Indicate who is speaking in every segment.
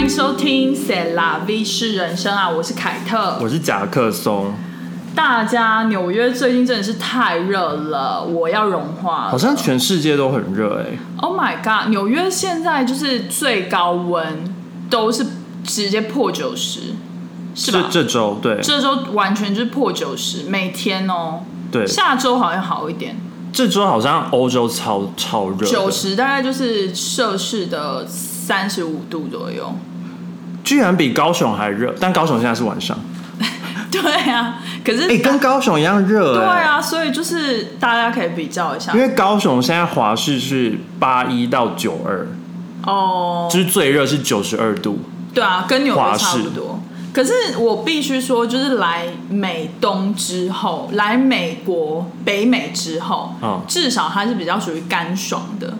Speaker 1: 迎收听《塞拉 V 是人生》啊，我是凯特。
Speaker 2: 我是夹克
Speaker 1: 哦
Speaker 2: 松，
Speaker 1: 大家，纽约最近真的是太热了，我要融化了。
Speaker 2: 好像全世界都很热哎、
Speaker 1: Oh my god！纽约现在就是最高温都是直接破九十，是吧？
Speaker 2: 这周对
Speaker 1: 这周完全就是破九十，每天哦。
Speaker 2: 对，
Speaker 1: 下周好像好一点，
Speaker 2: 这周好像欧洲超超热的，
Speaker 1: 九十大概就是摄氏的三十五度左右。
Speaker 2: 居然比高雄还热，但高雄现在是晚上，
Speaker 1: 对啊，可是、
Speaker 2: 哎、跟高雄一样热、
Speaker 1: 对
Speaker 2: 哎，
Speaker 1: 啊，所以就是大家可以比较一下
Speaker 2: 因为高雄现在华氏是八一到九二，
Speaker 1: 哦。
Speaker 2: 就是最热是九十二度，
Speaker 1: 对啊，跟纽约
Speaker 2: 华
Speaker 1: 差
Speaker 2: 氏
Speaker 1: 不多。可是我必须说，就是来美东之后，来美国北美之后，
Speaker 2: 嗯
Speaker 1: 至少它是比较属于干爽的，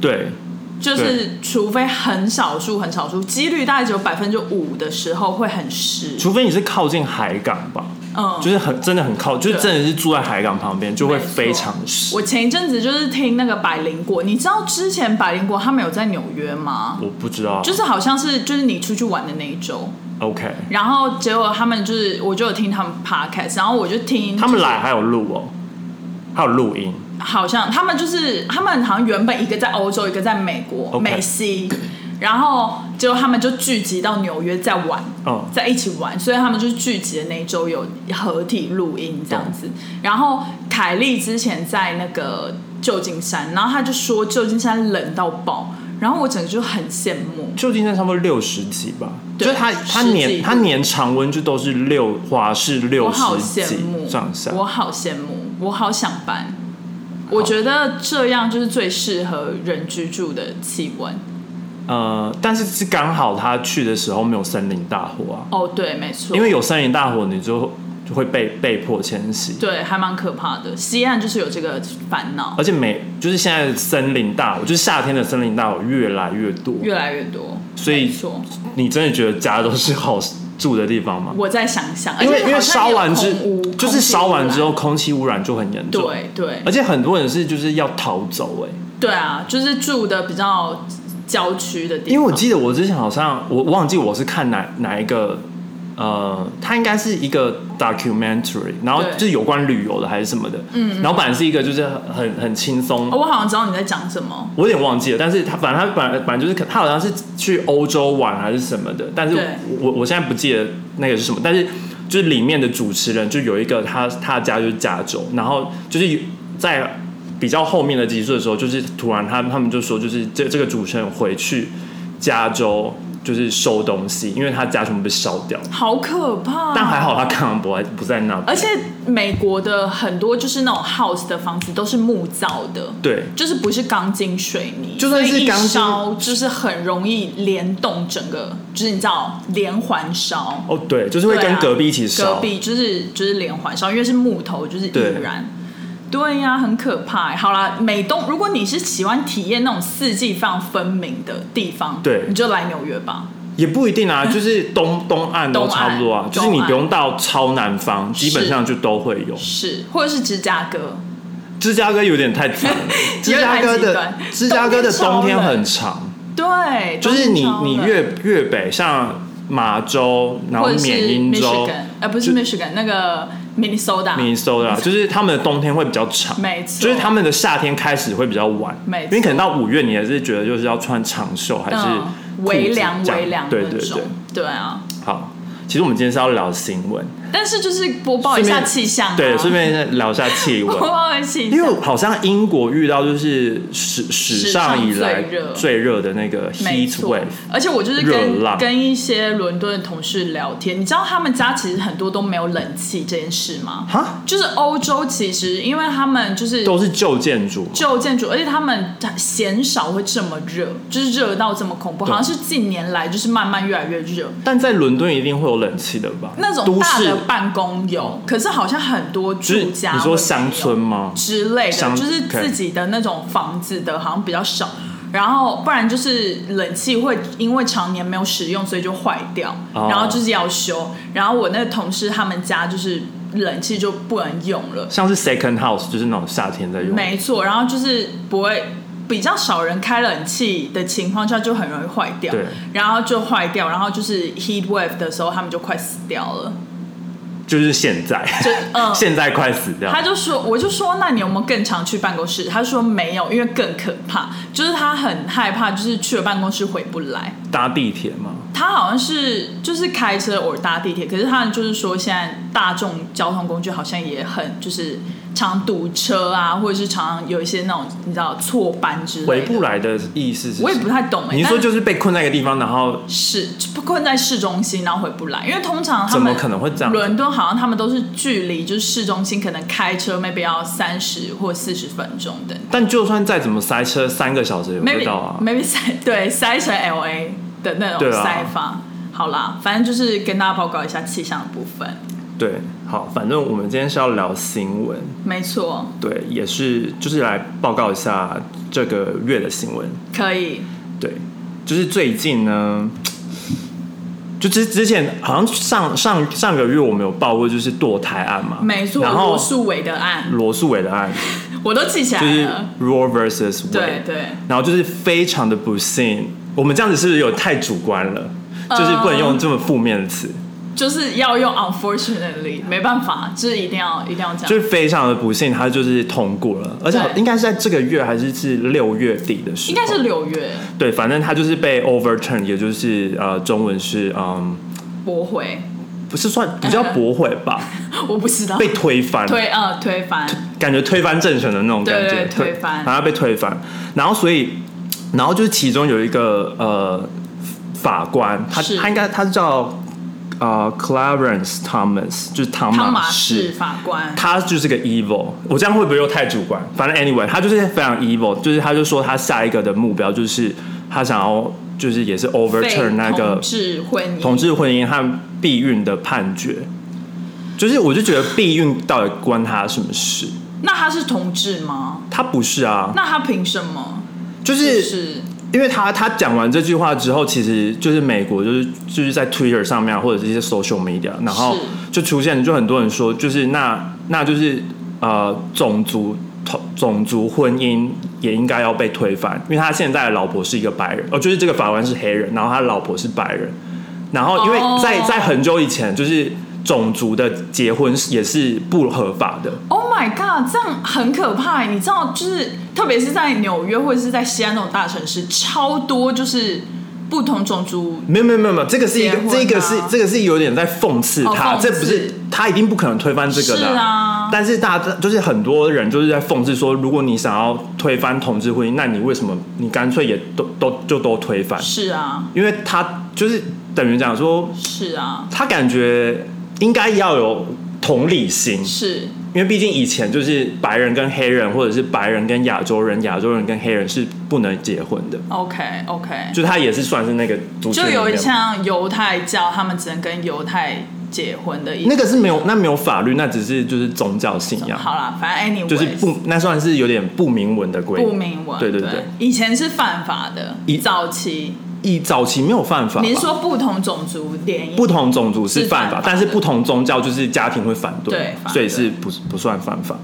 Speaker 2: 对，
Speaker 1: 就是除非很少数、很少数，几率大概只有百分之五的时候会很湿。
Speaker 2: 除非你是靠近海港吧，
Speaker 1: 嗯，
Speaker 2: 就是很真的很靠，就是
Speaker 1: 对
Speaker 2: 真的是住在海港旁边，就会
Speaker 1: 没错
Speaker 2: 非常湿。
Speaker 1: 我前一阵子就是听那个百灵果，你知道之前百灵果他们有在纽约吗？
Speaker 2: 我不知道，
Speaker 1: 就是好像是就是你出去玩的那一周，
Speaker 2: OK，
Speaker 1: 然后结果他们就是我就有听他们 podcast，然后我就听
Speaker 2: 他们
Speaker 1: 就是
Speaker 2: 来还有录哦，还有录音，
Speaker 1: 好像他们就是他们好像原本一个在欧洲，一个在美国
Speaker 2: OK
Speaker 1: 美西，然后结果他们就聚集到纽约在玩，
Speaker 2: 嗯，
Speaker 1: 在一起玩，所以他们就聚集的那一周有合体录音这样子。然后凯莉之前在那个旧金山，然后他就说旧金山冷到爆，然后我整个就很羡慕。
Speaker 2: 旧金山差不多六十几吧，
Speaker 1: 对
Speaker 2: 就是它它
Speaker 1: 十几
Speaker 2: 年
Speaker 1: 度
Speaker 2: 它年常温就都是六华氏
Speaker 1: 我
Speaker 2: 六
Speaker 1: 好
Speaker 2: 十
Speaker 1: 羡慕
Speaker 2: 几上下，
Speaker 1: 我好羡慕，我好想搬。我觉得这样就是最适合人居住的气温。
Speaker 2: 呃，但是是刚好他去的时候没有森林大火啊，
Speaker 1: 哦，对，没错，
Speaker 2: 因为有森林大火你就就会被被迫迁徙，
Speaker 1: 对，还蛮可怕的。西岸就是有这个烦恼，
Speaker 2: 而且每就是现在森林大火，就是夏天的森林大火越来越多，
Speaker 1: 越来越多。
Speaker 2: 所以
Speaker 1: 没错，
Speaker 2: 你真的觉得家都是好住的地方吗？
Speaker 1: 我再想想，
Speaker 2: 因为
Speaker 1: 而且
Speaker 2: 因为
Speaker 1: 好像
Speaker 2: 烧完
Speaker 1: 也
Speaker 2: 之
Speaker 1: 有空屋
Speaker 2: 就是烧完之，后空气污染就很严
Speaker 1: 空气
Speaker 2: 重，
Speaker 1: 污染对对
Speaker 2: 而且很多人是就是要逃走哎、欸
Speaker 1: 对啊，就是住的比较郊区的地方。
Speaker 2: 因为我记得我之前好像我忘记我是看哪哪一个，呃，它应该是一个 documentary，然后
Speaker 1: 对
Speaker 2: 就是有关旅游的还是什么的，嗯，然后本来是一个就是很很轻松，
Speaker 1: 哦我好像知道你在讲什么，
Speaker 2: 我有点忘记了，但是他反正他本来本来就是可他好像是去欧洲玩还是什么的，但是
Speaker 1: 对
Speaker 2: 我我现在不记得那个是什么，但是就是里面的主持人就有一个他他家就是加州，然后就是有在比较后面的集数的时候，就是突然他他们就说就是这这个主持人回去加州就是收东西，因为他家全部被烧掉，
Speaker 1: 好可怕。
Speaker 2: 但还好他刚刚不在不在那边，
Speaker 1: 而且美国的很多就是那种 house 的房子都是木造的，
Speaker 2: 对
Speaker 1: 就是不是钢筋水泥，
Speaker 2: 就算是
Speaker 1: 所以一
Speaker 2: 钢筋
Speaker 1: 烧就是很容易联动整个，就是你知道连环烧。
Speaker 2: 哦对，就是会
Speaker 1: 对
Speaker 2: 跟
Speaker 1: 啊
Speaker 2: 隔壁一起烧，
Speaker 1: 隔壁就是就是连环烧，因为是木头，就是易燃。对呀、很可怕欸。好啦，美东，如果你是喜欢体验那种四季非常分明的地方，
Speaker 2: 对
Speaker 1: 你就来纽约吧。
Speaker 2: 也不一 定啊，就是东东岸都
Speaker 1: 东
Speaker 2: 差
Speaker 1: 岸
Speaker 2: 不多啊，就是你不用到超南方，基本上就都会有。
Speaker 1: 是，或者是芝加哥，
Speaker 2: 芝加哥有点太 长了，芝加哥
Speaker 1: 有点太极
Speaker 2: 的
Speaker 1: 端
Speaker 2: 芝加哥的冬
Speaker 1: 冬天
Speaker 2: 天
Speaker 1: 超冷
Speaker 2: 很长，
Speaker 1: 对，
Speaker 2: 就是
Speaker 1: 东
Speaker 2: 你
Speaker 1: 京超
Speaker 2: 你
Speaker 1: 冷
Speaker 2: 越越北，像马州，然后
Speaker 1: 或者
Speaker 2: 缅
Speaker 1: 是
Speaker 2: 因州
Speaker 1: Michigan，呃，不是
Speaker 2: 就
Speaker 1: Michigan，那个 Minnesota，
Speaker 2: ，Minnesota，就是他们的冬天会比较长，
Speaker 1: 没错
Speaker 2: 就是他们的夏天开始会比较晚，
Speaker 1: 没错
Speaker 2: 因为可能到五月你也是觉得就是要穿长袖还是
Speaker 1: 嗯，
Speaker 2: 裤子
Speaker 1: 微凉
Speaker 2: 这样
Speaker 1: 微凉
Speaker 2: 对
Speaker 1: 那
Speaker 2: 对对
Speaker 1: 种，，对啊。
Speaker 2: 好。其实我们今天是要聊新闻，
Speaker 1: 但是就是播报一下
Speaker 2: 顺便
Speaker 1: 气象啊，哦
Speaker 2: 对，顺便聊一下气温
Speaker 1: 播。报一下气象，
Speaker 2: 因为好像英国遇到就是史史上以
Speaker 1: 史
Speaker 2: 来
Speaker 1: 上最热
Speaker 2: 最热的那个
Speaker 1: 没
Speaker 2: heat
Speaker 1: 错
Speaker 2: wave，，
Speaker 1: 而且我就是
Speaker 2: 热
Speaker 1: 跟
Speaker 2: 浪
Speaker 1: 跟一些伦敦的同事聊天，你知道他们家其实很多都没有冷气这件事吗？
Speaker 2: 哈，
Speaker 1: 就是欧洲其实因为他们就是
Speaker 2: 都是旧建筑嘛，
Speaker 1: 旧建筑，而且他们鲜少会这么热，就是热到这么恐怖，
Speaker 2: 对
Speaker 1: 好像是近年来就是慢慢越来越热。
Speaker 2: 但在伦敦一定会有冷气的吧？
Speaker 1: 那种
Speaker 2: 都
Speaker 1: 大
Speaker 2: 市
Speaker 1: 的办公有，可是好像很多
Speaker 2: 就是
Speaker 1: 住家
Speaker 2: 你
Speaker 1: 会没有
Speaker 2: 说乡村吗？
Speaker 1: 之类的，
Speaker 2: 乡
Speaker 1: 就是
Speaker 2: ，OK
Speaker 1: 自己的那种房子的，好像比较少。然后不然就是冷气会因为常年没有使用，所以就坏掉，
Speaker 2: 哦
Speaker 1: 然后就是要修。然后我那个同事他们家就是冷气就不能用了，
Speaker 2: 像是 second house，就是那种夏天在用，
Speaker 1: 没错。然后就是不会比较少人开冷气的情况下，就很容易坏掉
Speaker 2: 对，
Speaker 1: 然后就坏掉，然后就是 heat wave 的时候，他们就快死掉了。
Speaker 2: 就是现在，
Speaker 1: 就嗯
Speaker 2: 现在快死掉。
Speaker 1: 他就说，我就说，那你有没有更常去办公室？他说没有，因为更可怕，就是他很害怕，就是去了办公室回不来。
Speaker 2: 搭地铁嘛，
Speaker 1: 他好像是就是开车或搭地铁，可是他就是说现在大众交通工具好像也很就是常堵车啊，或者是常有一些那种你知道错班之类的。
Speaker 2: 回不来的意思是？
Speaker 1: 我也不太懂、欸。
Speaker 2: 你是说
Speaker 1: 但
Speaker 2: 就是被困在一个地方，然后
Speaker 1: 是就困在市中心，然后回不来，因为通常他
Speaker 2: 怎么
Speaker 1: 们
Speaker 2: 可能会这样？
Speaker 1: 伦敦好像他们都是距离就是市中心可能开车 maybe 要三十或四十分钟的
Speaker 2: 但就算再怎么塞车，三个小时也
Speaker 1: ，maybe
Speaker 2: 回到啊。
Speaker 1: maybe 塞对塞成 L A 的那种
Speaker 2: 对啊
Speaker 1: 塞法。好啦，反正就是跟大家报告一下气象的部分。
Speaker 2: 对，好，反正我们今天是要聊新闻，
Speaker 1: 没错，
Speaker 2: 对，也是就是来报告一下这个月的新闻。
Speaker 1: 可以。
Speaker 2: 对，就是最近呢，就之之前好像上上上个月我们有报过，就是堕胎案嘛，
Speaker 1: 没错，
Speaker 2: 然后
Speaker 1: 罗素韦的案
Speaker 2: 罗素韦的案，
Speaker 1: 我都记起来
Speaker 2: 就是
Speaker 1: 了。
Speaker 2: Roe versus Wade，
Speaker 1: 对对，
Speaker 2: 然后就是非常的不幸，我们这样子是不是有太主观了？就是不能用这么负面的词，
Speaker 1: 就是要用 unfortunately，没办法，就是一定要一定要这
Speaker 2: 就
Speaker 1: 样。
Speaker 2: 是非常的不幸，他就是通过了，而且
Speaker 1: 对
Speaker 2: 应该是在这个月还是是六月底的时
Speaker 1: 应
Speaker 2: 候，
Speaker 1: 该是六月
Speaker 2: 对，反正他就是被 overturn，也就是呃中文是嗯
Speaker 1: 驳回，
Speaker 2: 不是算比较驳回 吧，
Speaker 1: 我不知道
Speaker 2: 被推翻，
Speaker 1: 推呃推翻，
Speaker 2: 感觉推翻政权的那种感觉，
Speaker 1: 对对推翻
Speaker 2: 然后被推翻，然后所以，然后就是其中有一个呃法官，他
Speaker 1: 是
Speaker 2: 他应该他叫呃 Clarence Thomas，就是汤
Speaker 1: 汤
Speaker 2: 马
Speaker 1: 马
Speaker 2: 士
Speaker 1: 士。法官，
Speaker 2: 他就是个 evil，我这样会不会又太主观？反正 anyway，他就是非常 evil，就是他就说他下一个的目标就是他想要就是也是
Speaker 1: 废
Speaker 2: overturn 那个
Speaker 1: 同志婚姻，
Speaker 2: 同志婚姻和避孕的判决，就是我就觉得避孕到底关他什么事？
Speaker 1: 那他是同志吗？
Speaker 2: 他不是啊，
Speaker 1: 那他凭什么？
Speaker 2: 就
Speaker 1: 就是是
Speaker 2: 因为他他讲完这句话之后，其实就是美国就是就是在 Twitter 上面啊或者是一些 social media，然后就出现就很多人说，就是那那就是呃种族同种族婚姻也应该要被推翻，因为他现在的老婆是一个白人，哦，就是这个法官是黑人，然后他老婆是白人，然后因为
Speaker 1: 哦
Speaker 2: 在、在很久以前就是。种族的结婚也是不合法的，
Speaker 1: Oh my god，这样很可怕。你知道，就是特别是在纽约或者是在西安那种大城市，超多就是不同种族
Speaker 2: 没有没有没有没有，这个是一个
Speaker 1: 结，婚啊
Speaker 2: 这个是这个是有点在讽刺他，
Speaker 1: 哦讽刺
Speaker 2: 这不是他一定不可能推翻这个的
Speaker 1: 是啊
Speaker 2: 但是大家就是很多人就是在讽刺说，如果你想要推翻同志婚姻，那你为什么你干脆也都都就都推翻？
Speaker 1: 是啊，
Speaker 2: 因为他就是等于讲说，
Speaker 1: 是啊，
Speaker 2: 他感觉应该要有同理心，
Speaker 1: 是
Speaker 2: 因为毕竟以前就是白人跟黑人，或者是白人跟亚洲人、亚洲人跟黑人是不能结婚的，
Speaker 1: OK OK，
Speaker 2: 就他也是算是那个族
Speaker 1: 啊
Speaker 2: 群
Speaker 1: 就
Speaker 2: 里
Speaker 1: 有
Speaker 2: 面嘛
Speaker 1: 像犹太教，他们只能跟犹太结婚的意思。
Speaker 2: 那个是没有，那没有法律，那只是就是宗教信仰，
Speaker 1: 好啦，反正 anyway
Speaker 2: 就是不，那算是有点不明文的规
Speaker 1: 不
Speaker 2: 定。
Speaker 1: 明文，
Speaker 2: 对对
Speaker 1: 对
Speaker 2: 对
Speaker 1: 以前是犯法的
Speaker 2: 以，
Speaker 1: 早期
Speaker 2: 以早期没有犯法吧，
Speaker 1: 您说不同种族联姻
Speaker 2: 不同种族是犯
Speaker 1: 是
Speaker 2: 法
Speaker 1: 犯法，的
Speaker 2: 但是不同宗教就是家庭会反对，
Speaker 1: 对反对
Speaker 2: 所以是不不算犯法。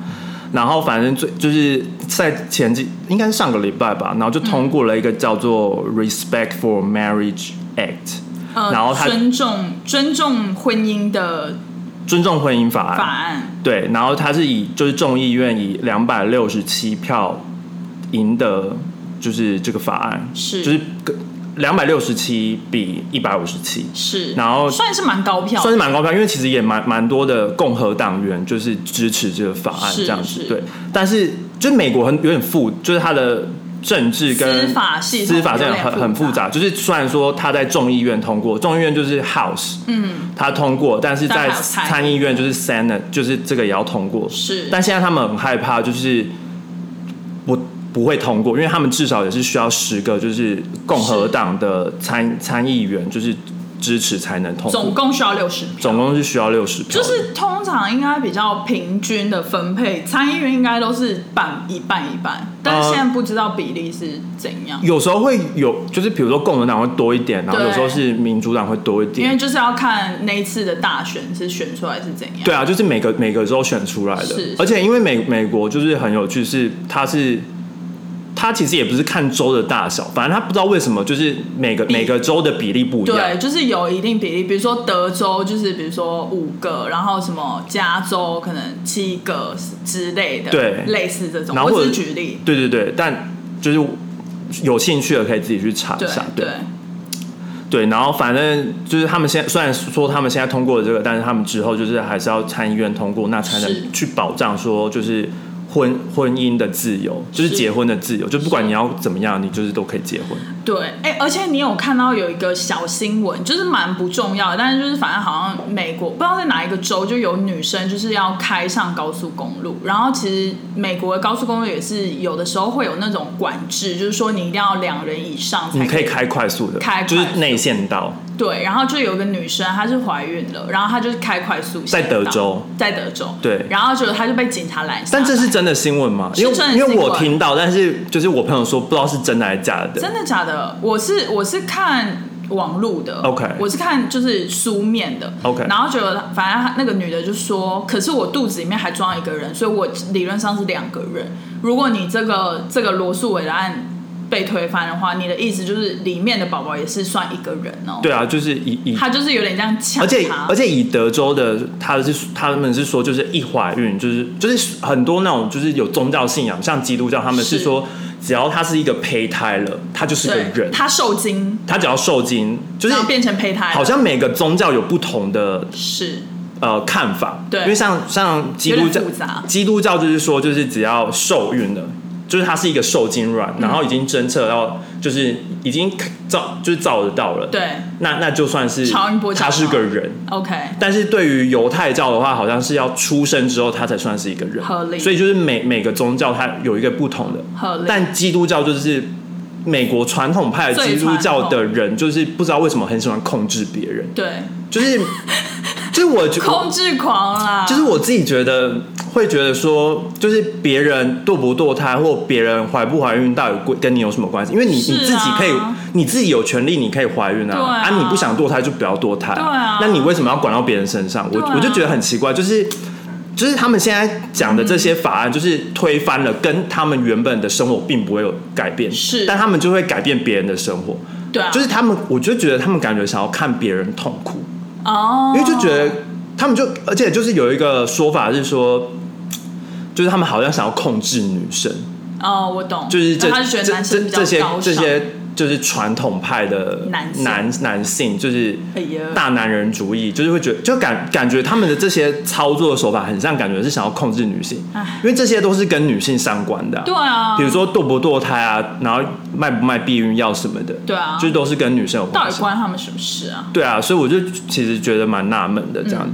Speaker 2: 然后反正最就是在前几应该是上个礼拜吧，然后就通过了一个叫做 Respect for Marriage Act，、
Speaker 1: 呃，
Speaker 2: 然后他
Speaker 1: 尊重尊重婚姻的
Speaker 2: 尊重婚姻法案。
Speaker 1: 法案，
Speaker 2: 对，然后他是以就是众议院以两百六十七票赢得，就是这个法案
Speaker 1: 是
Speaker 2: 就是两百六十七比一百五十七，
Speaker 1: 是，
Speaker 2: 然后
Speaker 1: 算是蛮高票的，
Speaker 2: 算是蛮高票，因为其实也蛮蛮多的共和党员就是支持这个法案
Speaker 1: 是
Speaker 2: 这样子
Speaker 1: 是
Speaker 2: 对，但是就是美国很有点复，就是它的政治跟
Speaker 1: 司法系统
Speaker 2: 司法这样
Speaker 1: 有点
Speaker 2: 很
Speaker 1: 复杂
Speaker 2: 很复杂，就是虽然说他在众议院通过，众议院就是 House，嗯，他通过，但是
Speaker 1: 但还
Speaker 2: 在
Speaker 1: 有参
Speaker 2: 参议院就是 Senate，就是这个也要通过，
Speaker 1: 是，
Speaker 2: 但现在他们很害怕，就是不不会通过，因为他们至少也是需要十个就是共和党的参参议员就是支持才能通
Speaker 1: 总
Speaker 2: 过，
Speaker 1: 共需要六十票，
Speaker 2: 总共是需要六十
Speaker 1: 就
Speaker 2: 票的，
Speaker 1: 是通常应该比较平均的分配，参议院应该都是半一半一半，但是现在不知道比例是怎样，
Speaker 2: 呃有时候会有，就是比如说共和党会多一点，然后有时候是民主党会多一
Speaker 1: 因
Speaker 2: 点
Speaker 1: 为。就是要看那一次的大选是选出来是怎样。
Speaker 2: 对啊，就是每个每个州选出来的
Speaker 1: 是，
Speaker 2: 而且因为美美国就是很有趣，是它是它他其实也不是看州的大小，反正他不知道为什么就是每个每个州的比例不一样
Speaker 1: 对，。就是有一定比例，比如说德州就是比如说五个，然后什么加州可能七个之类的，
Speaker 2: 对
Speaker 1: 类似这种。
Speaker 2: 然后
Speaker 1: 我
Speaker 2: 或
Speaker 1: 只
Speaker 2: 者
Speaker 1: 是举例，
Speaker 2: 对对对，但就是有兴趣的可以自己去查一
Speaker 1: 对
Speaker 2: 下。
Speaker 1: 对
Speaker 2: 对，然后反正就是他们现在虽然说他们现在通过了这个，但是他们之后就是还是要参议院通过，那才
Speaker 1: 是
Speaker 2: 能去保障说就是婚婚姻的自由，就是
Speaker 1: 是
Speaker 2: 结婚的自由，就不管
Speaker 1: 是
Speaker 2: 你要怎么样，你就是都可以结婚。
Speaker 1: 对，哎、而且你有看到有一个小新闻，就是蛮不重要的，但是就是反正好像美国不知道在哪一个州就有女生就是要开上高速公路，然后其实美国的高速公路也是有的时候会有那种管制，就是说你一定要两人以上才
Speaker 2: 你可以
Speaker 1: 开。
Speaker 2: 开快速的，
Speaker 1: 开快速
Speaker 2: 就是内线道，
Speaker 1: 对，然后就有一个女生，她是怀孕了，然后她就是开快速
Speaker 2: 在
Speaker 1: 行道
Speaker 2: 德州，
Speaker 1: 在德州，
Speaker 2: 对
Speaker 1: 然后就她就被警察拦下来，
Speaker 2: 但这是真的新闻吗？
Speaker 1: 是
Speaker 2: 因为
Speaker 1: 真的
Speaker 2: 因为
Speaker 1: 新闻
Speaker 2: 我听到，但是就是我朋友说不知道是真的还是假的。
Speaker 1: 真的假的？我是我是看网路的
Speaker 2: OK
Speaker 1: 我是看就是书面的
Speaker 2: OK
Speaker 1: 然后觉得反正她那个女的就说，可是我肚子里面还装一个人，所以我理论上是两个人。如果你这个这个罗素韦的案被推翻的话，你的意思就是里面的宝宝也是算一个人哦，
Speaker 2: 对啊，就是以以
Speaker 1: 她就是有点这样抢
Speaker 2: 而且
Speaker 1: 她
Speaker 2: 而且以德州的，他是他们是说，就是一怀孕，就是就是很多那种就是有宗教信仰，像基督教，他们是
Speaker 1: 是
Speaker 2: 说，只要他是一个胚胎了，他就是个
Speaker 1: 对
Speaker 2: 人，
Speaker 1: 她受精。
Speaker 2: 他只要受精，就是
Speaker 1: 然后变成胚胎了，
Speaker 2: 好像每个宗教有不同的
Speaker 1: 是
Speaker 2: 呃看法，
Speaker 1: 对
Speaker 2: 因为像像基
Speaker 1: 有
Speaker 2: 督
Speaker 1: 点
Speaker 2: 教
Speaker 1: 复，杂，
Speaker 2: 基督教就是说，就是只要受孕了。就是它是一个受精卵，
Speaker 1: 嗯
Speaker 2: 然后已经侦测到，就是已经造，就是造得到了。，
Speaker 1: 对
Speaker 2: 那那就算是
Speaker 1: 超音波照
Speaker 2: 他是
Speaker 1: 到
Speaker 2: 个人，
Speaker 1: ，OK，
Speaker 2: 但是对于犹太教的话，好像是要出生之后他才算是一个人，
Speaker 1: 合理
Speaker 2: 所以就是每每个宗教它有一个不同的，
Speaker 1: 合理。
Speaker 2: 但基督教就是美国传统派的基督教的人，就是不知道为什么很喜欢控制别人，
Speaker 1: 对，
Speaker 2: 就是就是 我觉
Speaker 1: 控制狂啦，
Speaker 2: 就是我自己觉得会觉得说，就是别人堕不堕胎或别人怀不怀孕，到底跟你有什么关系？因为你、
Speaker 1: 是啊
Speaker 2: 你自己可以，你自己有权利，你可以怀孕啊。
Speaker 1: 对啊
Speaker 2: 你不想堕胎就不要堕胎。
Speaker 1: 对啊
Speaker 2: 那你为什么要管到别人身上？我、
Speaker 1: 对啊
Speaker 2: 我就觉得很奇怪，就是。就是他们现在讲的这些法案，就是推翻了，跟他们原本的生活并不会有改变，
Speaker 1: 是
Speaker 2: 但他们就会改变别人的生活，
Speaker 1: 对啊，
Speaker 2: 就是他们，我就觉得他们感觉想要看别人痛苦，
Speaker 1: 哦，
Speaker 2: 因为就觉得他们就，而且就是有一个说法是说，就是他们好像想要控制女生，
Speaker 1: 哦，我懂，
Speaker 2: 就是这
Speaker 1: 他就觉得
Speaker 2: 这
Speaker 1: 男
Speaker 2: 这
Speaker 1: 生比较
Speaker 2: 这些
Speaker 1: 高尚
Speaker 2: 这，些就是传统派的
Speaker 1: 男性
Speaker 2: 男男性，就是
Speaker 1: 哎呀
Speaker 2: 大男人主义，就是会觉得就感感觉他们的这些操作手法很像，感觉是想要控制女性
Speaker 1: 唉，
Speaker 2: 因为这些都是跟女性相关的啊、
Speaker 1: 对啊，
Speaker 2: 比如说堕不堕胎啊，然后卖不卖避孕药什么的，
Speaker 1: 对啊
Speaker 2: 就是都是跟女生有
Speaker 1: 到
Speaker 2: 关
Speaker 1: 底
Speaker 2: 系。
Speaker 1: 关他们什么事啊？
Speaker 2: 对啊，所以我就其实觉得蛮纳闷的这样子。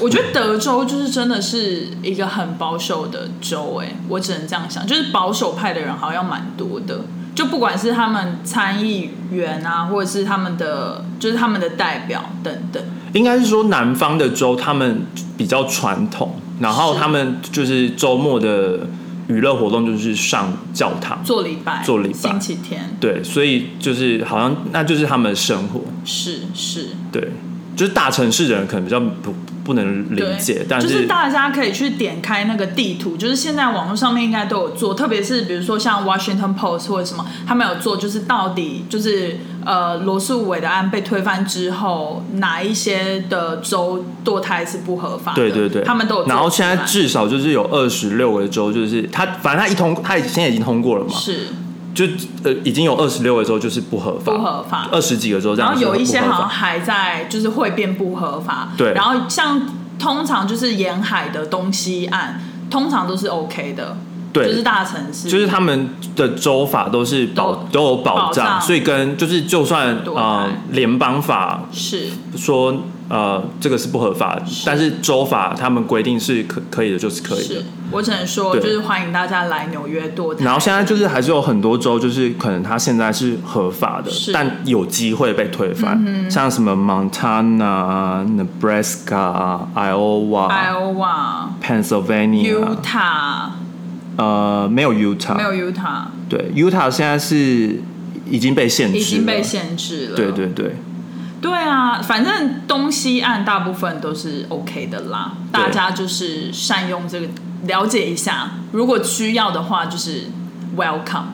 Speaker 1: 我觉得德州就是真的是一个很保守的州、哎，我只能这样想，就是保守派的人好像蛮多的，就不管是他们参议员啊，或者是他们的就是他们的代表等等，
Speaker 2: 应该是说南方的州他们比较传统，然后
Speaker 1: 是
Speaker 2: 他们就是周末的娱乐活动就是上教堂，
Speaker 1: 做礼拜，
Speaker 2: 做礼拜
Speaker 1: 星期天，
Speaker 2: 对，所以就是好像那就是他们的生活，
Speaker 1: 是是，
Speaker 2: 对，就是大城市的人可能比较不不能理
Speaker 1: 对，
Speaker 2: 解，但
Speaker 1: 就是
Speaker 2: 是
Speaker 1: 大家可以去点开那个地图，就是现在网络上面应该都有做，特别是比如说像 Washington Post 或者什么，他们有做，就是到底就是呃罗素韦的案被推翻之后，哪一些的州堕胎是不合法的？
Speaker 2: 对对对，
Speaker 1: 他们都有做出来。
Speaker 2: 然后现在至少就是有二十六个州，就是他反正他一通，他现在已经通过了嘛，
Speaker 1: 是
Speaker 2: 就呃已经有二十六个州就是不合
Speaker 1: 不
Speaker 2: 法，
Speaker 1: 合法，
Speaker 2: 二十几个州这
Speaker 1: 然
Speaker 2: 样
Speaker 1: 后
Speaker 2: 子不合
Speaker 1: 有一
Speaker 2: 法，
Speaker 1: 些好像还在就是会变不合法。
Speaker 2: 对
Speaker 1: 然后像通常就是沿海的东西岸，通常都是 OK 的，
Speaker 2: 对，
Speaker 1: 就是大城市，
Speaker 2: 就是他们的州法都是保
Speaker 1: 都
Speaker 2: 都有保
Speaker 1: 保
Speaker 2: 障，
Speaker 1: 障
Speaker 2: 所以跟就是就算
Speaker 1: 堕胎
Speaker 2: 呃联邦法
Speaker 1: 是
Speaker 2: 说呃这个是不合法，但是州法他们规定是可可以的，就是可以的
Speaker 1: 是。我只能说，
Speaker 2: 对
Speaker 1: 就是欢迎大家来纽约堕胎。
Speaker 2: 然后现在就是还是有很多州，就是可能它现在是合法的，
Speaker 1: 是嗯
Speaker 2: 但有机会被推翻，像什么 Montana、Nebraska、Iowa、
Speaker 1: Iowa、
Speaker 2: 啊 Pennsylvania，
Speaker 1: Utah
Speaker 2: 呃，没有 Utah，
Speaker 1: 没有 Utah
Speaker 2: 对 Utah 现在是已经被限制了，
Speaker 1: 已经被限制了。
Speaker 2: 对对对。
Speaker 1: 对啊，反正东西岸大部分都是 OK 的啦。
Speaker 2: 对
Speaker 1: 大家就是善用这个，了解一下。如果需要的话，就是 Welcome。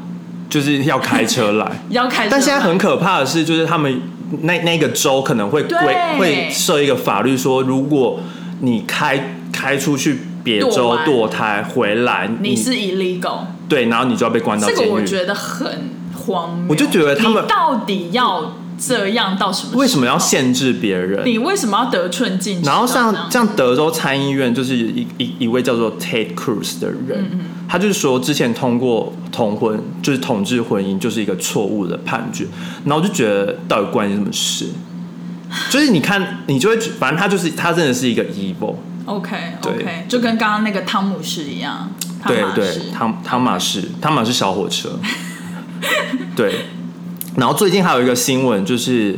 Speaker 2: 就是要开车 来。
Speaker 1: 要开车吗，
Speaker 2: 但现在很可怕的是，就是他们那那个州可能会规
Speaker 1: 对
Speaker 2: 会设一个法律说，如果你开开出去别
Speaker 1: 堕
Speaker 2: 州
Speaker 1: 完
Speaker 2: 堕胎回来，
Speaker 1: 你是 illegal，
Speaker 2: 对，然后你就要被关到
Speaker 1: 这
Speaker 2: 监狱。
Speaker 1: 个我觉得很荒谬。
Speaker 2: 我就觉得他们
Speaker 1: 你到底要这样到什么时候？
Speaker 2: 为什么要限制别人？
Speaker 1: 你为什么要得寸进尺？
Speaker 2: 然后像
Speaker 1: 这样，
Speaker 2: 像德州参议院就是一一一位叫做 Ted Cruz 的人，
Speaker 1: 嗯
Speaker 2: 他就是说之前通过同婚就是同志婚姻就是一个错误的判决，然后我就觉得到底关你什么事？就是你看，你就会觉反正他就是他真的是一个 evil，
Speaker 1: OK
Speaker 2: 对
Speaker 1: OK，就跟刚刚那个汤姆士一样，汤
Speaker 2: 对
Speaker 1: 马士
Speaker 2: 对，汤汤马士，汤马士小 火车，对。然后最近还有一个新闻，就是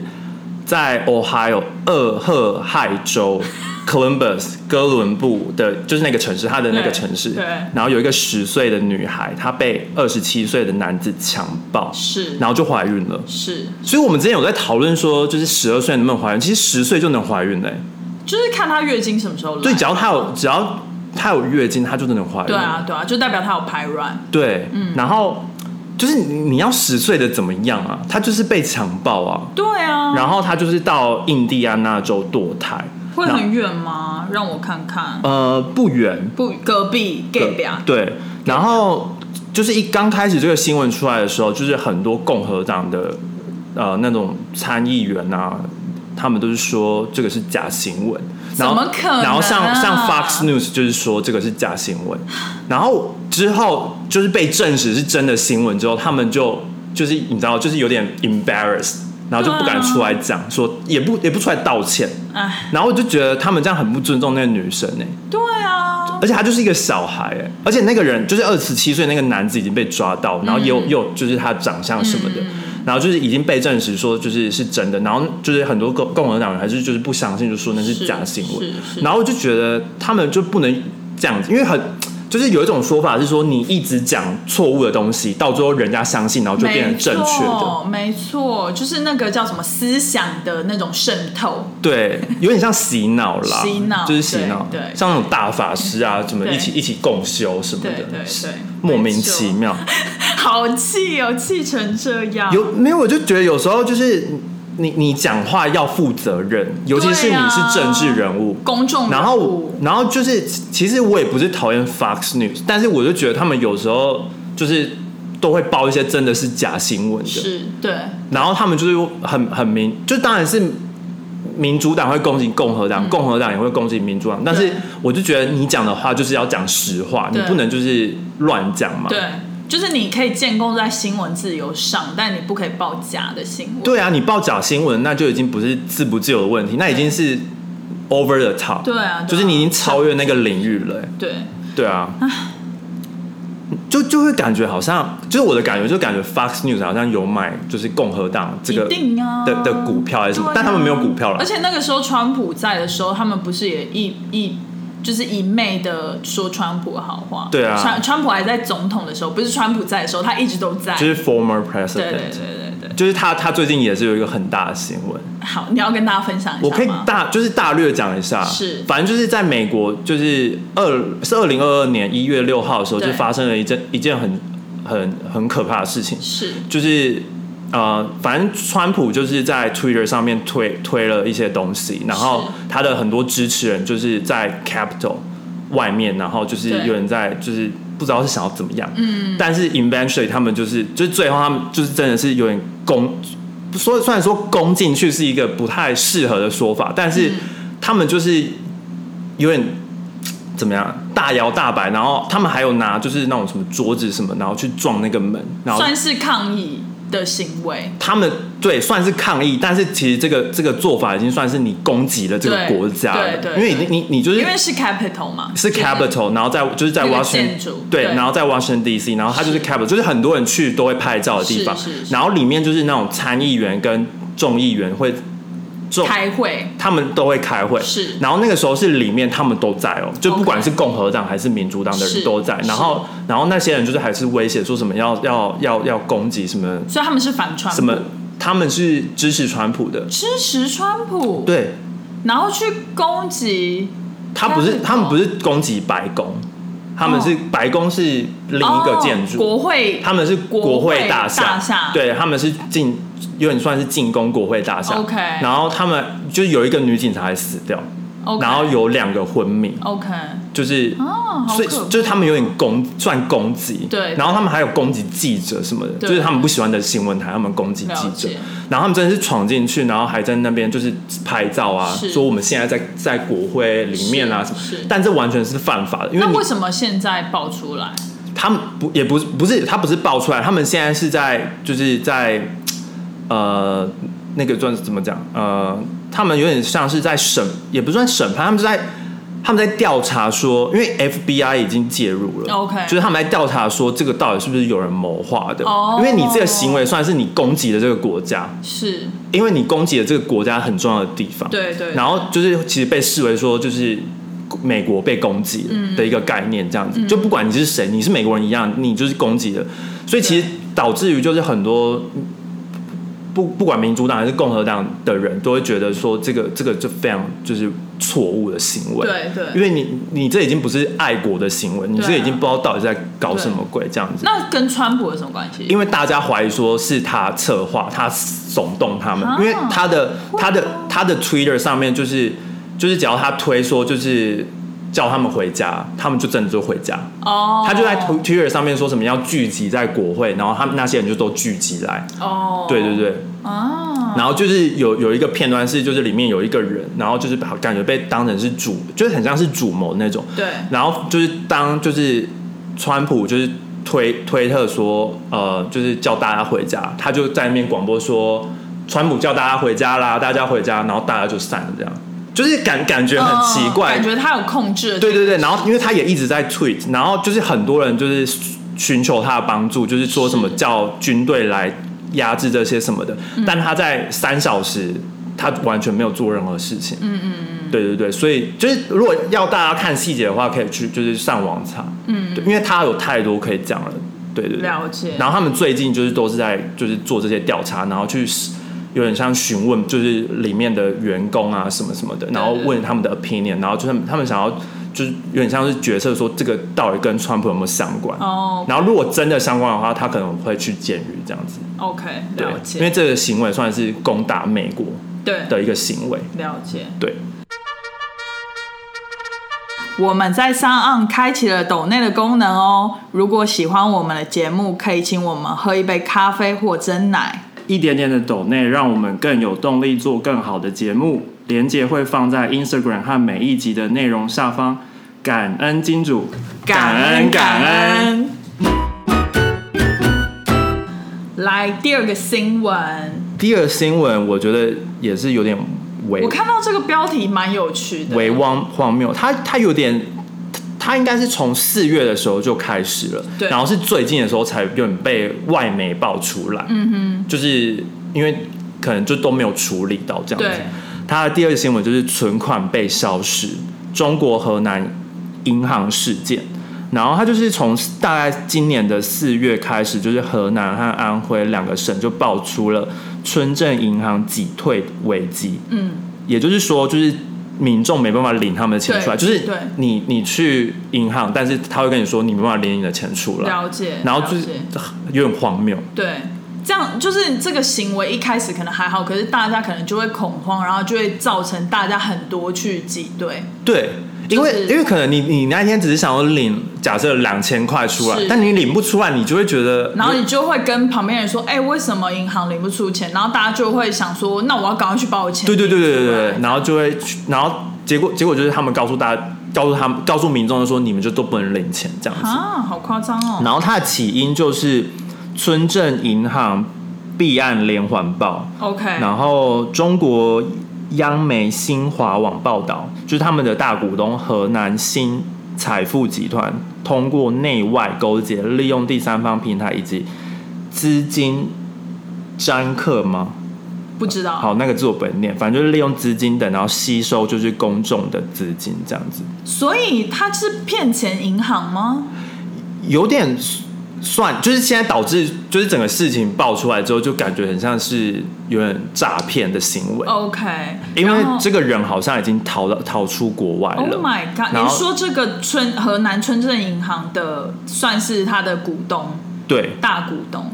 Speaker 2: 在 Ohio 俄亥亥州 Columbus 哥伦布的，就是那个城市，他的那个
Speaker 1: 对
Speaker 2: 城市，
Speaker 1: 对
Speaker 2: 然后有一个十岁的女孩，她被二十七岁的男子强暴，
Speaker 1: 是
Speaker 2: 然后就怀孕了。
Speaker 1: 是，
Speaker 2: 所以我们之前有在讨论说，就是十二岁能不能怀孕？其实十岁就能怀孕嘞、欸
Speaker 1: 就是看他月经什么时候来。
Speaker 2: 对，只要她有只要她有月经，她就真的怀孕。
Speaker 1: 对啊对啊，就代表他有排卵。
Speaker 2: 对，
Speaker 1: 嗯
Speaker 2: 然后就是你你要十岁的怎么样啊？他就是被强暴啊，
Speaker 1: 对啊，
Speaker 2: 然后他就是到印第安纳州堕胎，
Speaker 1: 会
Speaker 2: 然后
Speaker 1: 很远吗？让我看看，
Speaker 2: 呃不远，
Speaker 1: 不，隔壁啊 gay 表
Speaker 2: 对，然后就是一刚开始这个新闻出来的时候，就是很多共和党的呃那种参议员啊，他们都是说这个是假新闻，然后
Speaker 1: 怎么可能啊
Speaker 2: 然后像像 Fox News 就是说这个是假新 闻，然后之后就是被证实是真的新闻之后，他们就就是你知道，就是有点 embarrassed，然后就不敢
Speaker 1: 对啊
Speaker 2: 出来讲，说也不也不出来道歉，
Speaker 1: 哎，
Speaker 2: 然后我就觉得他们这样很不尊重那个女生欸呢、
Speaker 1: 对啊，
Speaker 2: 而且他就是一个小孩，哎，而且那个人就是二十七岁那个男子已经被抓到，然后也
Speaker 1: 嗯
Speaker 2: 有、又就是他长相什么的，然后就是已经被证实说就是是真的，然后就是很多共共和党人还是就是不相信，就说那是
Speaker 1: 是
Speaker 2: 假新闻
Speaker 1: 是，是
Speaker 2: 然后我就觉得他们就不能这样子，因为很。就是有一种说法是说，你一直讲错误的东西，到最后人家相信，然后就变成正确
Speaker 1: 没
Speaker 2: 的。
Speaker 1: 错，没错，就是那个叫什么思想的那种渗透。
Speaker 2: 对，有点像洗脑 啦，
Speaker 1: 洗脑
Speaker 2: 就是洗脑，
Speaker 1: 对对
Speaker 2: 像那种大法师啊，什么
Speaker 1: 对
Speaker 2: 一起一起共修什么的，
Speaker 1: 对对对
Speaker 2: 莫名其
Speaker 1: 没错
Speaker 2: 妙。
Speaker 1: 好气哦，气成这样。
Speaker 2: 有没有？我就觉得有时候就是你你讲话要负责任，尤其是
Speaker 1: 对
Speaker 2: 你
Speaker 1: 啊
Speaker 2: 是政治人物。
Speaker 1: 公众人物，
Speaker 2: 然后，然后就是，其实我也不是讨厌 Fox News，但是我就觉得他们有时候就是都会报一些真的是假新闻的，
Speaker 1: 是对
Speaker 2: 然后他们就是很很明，就当然是民主党会攻击共和党，共和党也会攻击民主党，但是
Speaker 1: 嗯对
Speaker 2: 我就觉得你讲的话就是要讲实话，你
Speaker 1: 对
Speaker 2: 不能就是乱讲嘛。
Speaker 1: 对，就是你可以建构在新闻自由上，但你不可以报假的新闻。
Speaker 2: 对啊，你报假新闻，那就已经不是自不自由的问题，那已经是 over the top。
Speaker 1: 对啊对啊
Speaker 2: 就是你已经超越那个领域了、欸
Speaker 1: 对，
Speaker 2: 对啊，就就会感觉好像，就是我的感觉，就感觉 Fox News 好像有买就是共和党这个
Speaker 1: 一定啊
Speaker 2: 的的股票还是什么，
Speaker 1: 对啊
Speaker 2: 但他们没有股票了
Speaker 1: 而。且那个时候川普在的时候，他们不是也一一就是一昧的说川普的好话？
Speaker 2: 对啊
Speaker 1: 川川普还在总统的时候，不是川普在的时候，他一直都在。
Speaker 2: 就是 former
Speaker 1: 对
Speaker 2: president，
Speaker 1: 对对对
Speaker 2: 就是他，他最近也是有一个很大的新闻，
Speaker 1: 对，好，你要跟大家分享一下吗
Speaker 2: 我可以大就是大略讲一下，
Speaker 1: 是
Speaker 2: 反正就是在美国，就是二是二零二二年一月六号的时候，
Speaker 1: 对
Speaker 2: 就发生了一件一件很很很可怕的事情，
Speaker 1: 是
Speaker 2: 就是呃，反正川普就是在 Twitter 上面推推了一些东西，然后他的很多支持人就是在 Capitol 外面，然后就是
Speaker 1: 对
Speaker 2: 有人在就是不知道是想要怎么样，嗯，但是 eventually 他们就是就是最后他们就是真的是有点攻，说虽然说攻进去是一个不太适合的说法，但是他们就是有点。怎么样？大摇大摆，然后他们还有拿就是那种什么桌子什么，然后去撞那个门，然后
Speaker 1: 算是抗议的行为。
Speaker 2: 他们对算是抗议，但是其实这个这个做法已经算是你攻击了这个
Speaker 1: 对
Speaker 2: 国家了，
Speaker 1: 对对
Speaker 2: 因为你你你就是
Speaker 1: 因为是 capital 嘛，
Speaker 2: 是
Speaker 1: 就是
Speaker 2: capital，然后在就是在
Speaker 1: 那个
Speaker 2: Washington
Speaker 1: 建筑
Speaker 2: 对，
Speaker 1: 对
Speaker 2: 然后在 Washington D.C.，然后它就是 capital，就是很多人去都会拍照的地方
Speaker 1: 是是，是
Speaker 2: 然后里面就是那种参议员跟众议员会众
Speaker 1: 开会，
Speaker 2: 他们都会开会，
Speaker 1: 是
Speaker 2: 然后那个时候是里面他们都在哦，就不
Speaker 1: OK
Speaker 2: 管是共和党还是民主党的人
Speaker 1: 是
Speaker 2: 都在，
Speaker 1: 是
Speaker 2: 然后然后那些人就是还是威胁说什么要要要要攻击什么
Speaker 1: 所以他们是反川普
Speaker 2: 什么，他们是支持川普的，
Speaker 1: 支持川普，，
Speaker 2: 对
Speaker 1: 然后去攻击
Speaker 2: 他不是，
Speaker 1: Capitol
Speaker 2: 他们不是攻击白宫，他们是白宫是另一个建
Speaker 1: 哦
Speaker 2: 筑，
Speaker 1: 国会
Speaker 2: 他们是国会大厦，
Speaker 1: 国会大厦
Speaker 2: 对，他们是进，有点算是进攻国会大厦。
Speaker 1: OK
Speaker 2: 然后他们就是有一个女警察还死掉
Speaker 1: OK
Speaker 2: 然后有两个昏迷，
Speaker 1: OK
Speaker 2: 就是
Speaker 1: 哦，好
Speaker 2: 所以
Speaker 1: 可哦
Speaker 2: 就是他们有点攻算攻击，
Speaker 1: 对
Speaker 2: 然后他们还有攻击记者什么的，
Speaker 1: 对
Speaker 2: 就是他们不喜欢的新闻台，他们攻击记者
Speaker 1: 了解，
Speaker 2: 然后他们真的是闯进去，然后还在那边就是拍照啊，
Speaker 1: 是
Speaker 2: 说我们现在在在国会里面啊什
Speaker 1: 是
Speaker 2: 么
Speaker 1: 是，
Speaker 2: 但这完全是犯法的，因为
Speaker 1: 那
Speaker 2: 你
Speaker 1: 为什么现在爆出来？
Speaker 2: 他们不也不是不是他不是爆出来，他们现在是在就是在呃那个算是怎么讲呃，他们有点像是在审，也不算审判，他们是在他们在调查说，因为 FBI 已经介入了
Speaker 1: 哦 OK
Speaker 2: 就是他们在调查说这个到底是不是有人谋划的
Speaker 1: 哦
Speaker 2: 因为你这个行为算是你攻击了这个国家，
Speaker 1: 是
Speaker 2: 因为你攻击了这个国家很重要的地方，
Speaker 1: 对对，
Speaker 2: 然后就是其实被视为说就是美国被攻击
Speaker 1: 嗯
Speaker 2: 了的一个概念，这样子、就不管你是谁，你是美国人一样，你就是攻击了，所以其实导致于就是很多。不，不管民主党还是共和党的人都会觉得说，这个这个就非常就是错误的行为，
Speaker 1: 对对
Speaker 2: 因为你你这已经不是爱国的行为，你
Speaker 1: 对啊
Speaker 2: 这已经不知道到底在搞什么鬼这样子。
Speaker 1: 那跟川普有什么关系？
Speaker 2: 因为大家怀疑说是他策划，他耸动他们
Speaker 1: 啊，
Speaker 2: 因为他的他的他的 Twitter 上面就是就是只要他推说就是叫他们回家，他们就真的就回家。
Speaker 1: 哦，
Speaker 2: 他就在 Tw- Twitter 上面说什么要聚集在国会，然后他们那些人就都聚集来。
Speaker 1: 哦，
Speaker 2: 对对对，
Speaker 1: 啊，
Speaker 2: 然后就是有有一个片段是，就是里面有一个人，然后就是把感觉被当成是主，就是很像是主谋那种。
Speaker 1: 对
Speaker 2: 然后就是当就是川普就是推推特说，呃，就是叫大家回家，他就在那边广播说，川普叫大家回家啦，大家回家，然后大家就散了，这样就是感感觉很奇怪，
Speaker 1: 嗯感觉他有控制。
Speaker 2: 对对对，然后因为他也一直在 tweet，然后就是很多人就是寻求他的帮助，就是说什么
Speaker 1: 是
Speaker 2: 叫军队来压制这些什么的，但他在三小时他完全没有做任何事情。嗯嗯嗯，对对对，所以就是如果要大家看细节的话，可以去就是上网查。嗯，对，因为他有太多可以讲了。对对对，
Speaker 1: 了解
Speaker 2: 然后他们最近就是都是在就是做这些调查，然后去有点像询问，就是里面的员工啊什么什么的，然后问他们的 opinion，然后就是他们想要就是有点像是决策说这个到底跟川普有没有相关。
Speaker 1: 哦
Speaker 2: 然后如果真的相关的话，他可能会去监狱这样子。
Speaker 1: ，OK，
Speaker 2: 对
Speaker 1: 了，
Speaker 2: 因
Speaker 1: 解，
Speaker 2: 为这个行为算是攻打美国
Speaker 1: 对，
Speaker 2: 的一个行为。
Speaker 1: 了解。
Speaker 2: 对，
Speaker 1: 我们在上岸开启了抖内的功能哦。如果喜欢我们的节目，可以请我们喝一杯咖啡或蒸奶。
Speaker 3: 一点点的抖内，让我们更有动力做更好的节目。连接会放在 Instagram 和每一集的内容下方。感恩金主，
Speaker 1: 感恩。来第二个新闻，
Speaker 2: 第二新闻我觉得也是有点微
Speaker 1: 我看到这个标题蛮有趣的。
Speaker 2: 为荒荒谬，它它有点，它应该是从四月的时候就开始了，
Speaker 1: 对
Speaker 2: 然后是最近的时候才有点被外媒爆出来，嗯哼，就是因为可能就都没有处理到这样子
Speaker 1: 对。
Speaker 2: 它的第二个新闻就是存款被消失，中国河南银行事件。然后它就是从大概今年的四月开始，就是河南和安徽两个省就爆出了村镇银行挤退危机。
Speaker 1: 嗯，
Speaker 2: 也就是说，就是民众没办法领他们的钱出来，
Speaker 1: 对
Speaker 2: 就是
Speaker 1: 对
Speaker 2: 你你去银行，但是他会跟你说你没办法领你的钱出来，
Speaker 1: 了解。
Speaker 2: 然后就是
Speaker 1: 了解
Speaker 2: 有点荒谬。
Speaker 1: 对，这样就是这个行为一开始可能还好，可是大家可能就会恐慌，然后就会造成大家很多去挤兑。
Speaker 2: 对，因
Speaker 1: 就
Speaker 2: 为、
Speaker 1: 是
Speaker 2: 因为可能你你那天只是想要领，假设两千块出来
Speaker 1: 是，
Speaker 2: 但你领不出来，你就会觉得，
Speaker 1: 然后你就会跟旁边人说：“哎、为什么银行领不出钱？”然后大家就会想说：“那我要赶快去把我钱。”
Speaker 2: 对对对对对对，然后就会去，然后结果结果就是他们告诉大家，告诉他们告诉民众说你们就都不能领钱这样子。
Speaker 1: 啊，好夸张哦！
Speaker 2: 然后它的起因就是村镇银行弊案连环报，
Speaker 1: OK，
Speaker 2: 然后中国央媒新华网报道，就是他们的大股东河南新财富集团通过内外勾结，利用第三方平台以及资金占客吗？
Speaker 1: 不知道，
Speaker 2: 好，那个字我不会念，反正就是利用资金等，然后吸收就是公众的资金这样子，
Speaker 1: 所以他是骗钱银行吗？
Speaker 2: 有点算就是现在导致就是整个事情爆出来之后，就感觉很像是有点诈骗的行为，
Speaker 1: OK，
Speaker 2: 因为
Speaker 1: 然后
Speaker 2: 这个人好像已经逃到逃出国外
Speaker 1: Oh
Speaker 2: 了。
Speaker 1: my god！
Speaker 2: 然
Speaker 1: 你
Speaker 2: 后
Speaker 1: 说这个村河南村镇银行的算是它的股东
Speaker 2: 对，
Speaker 1: 大股东，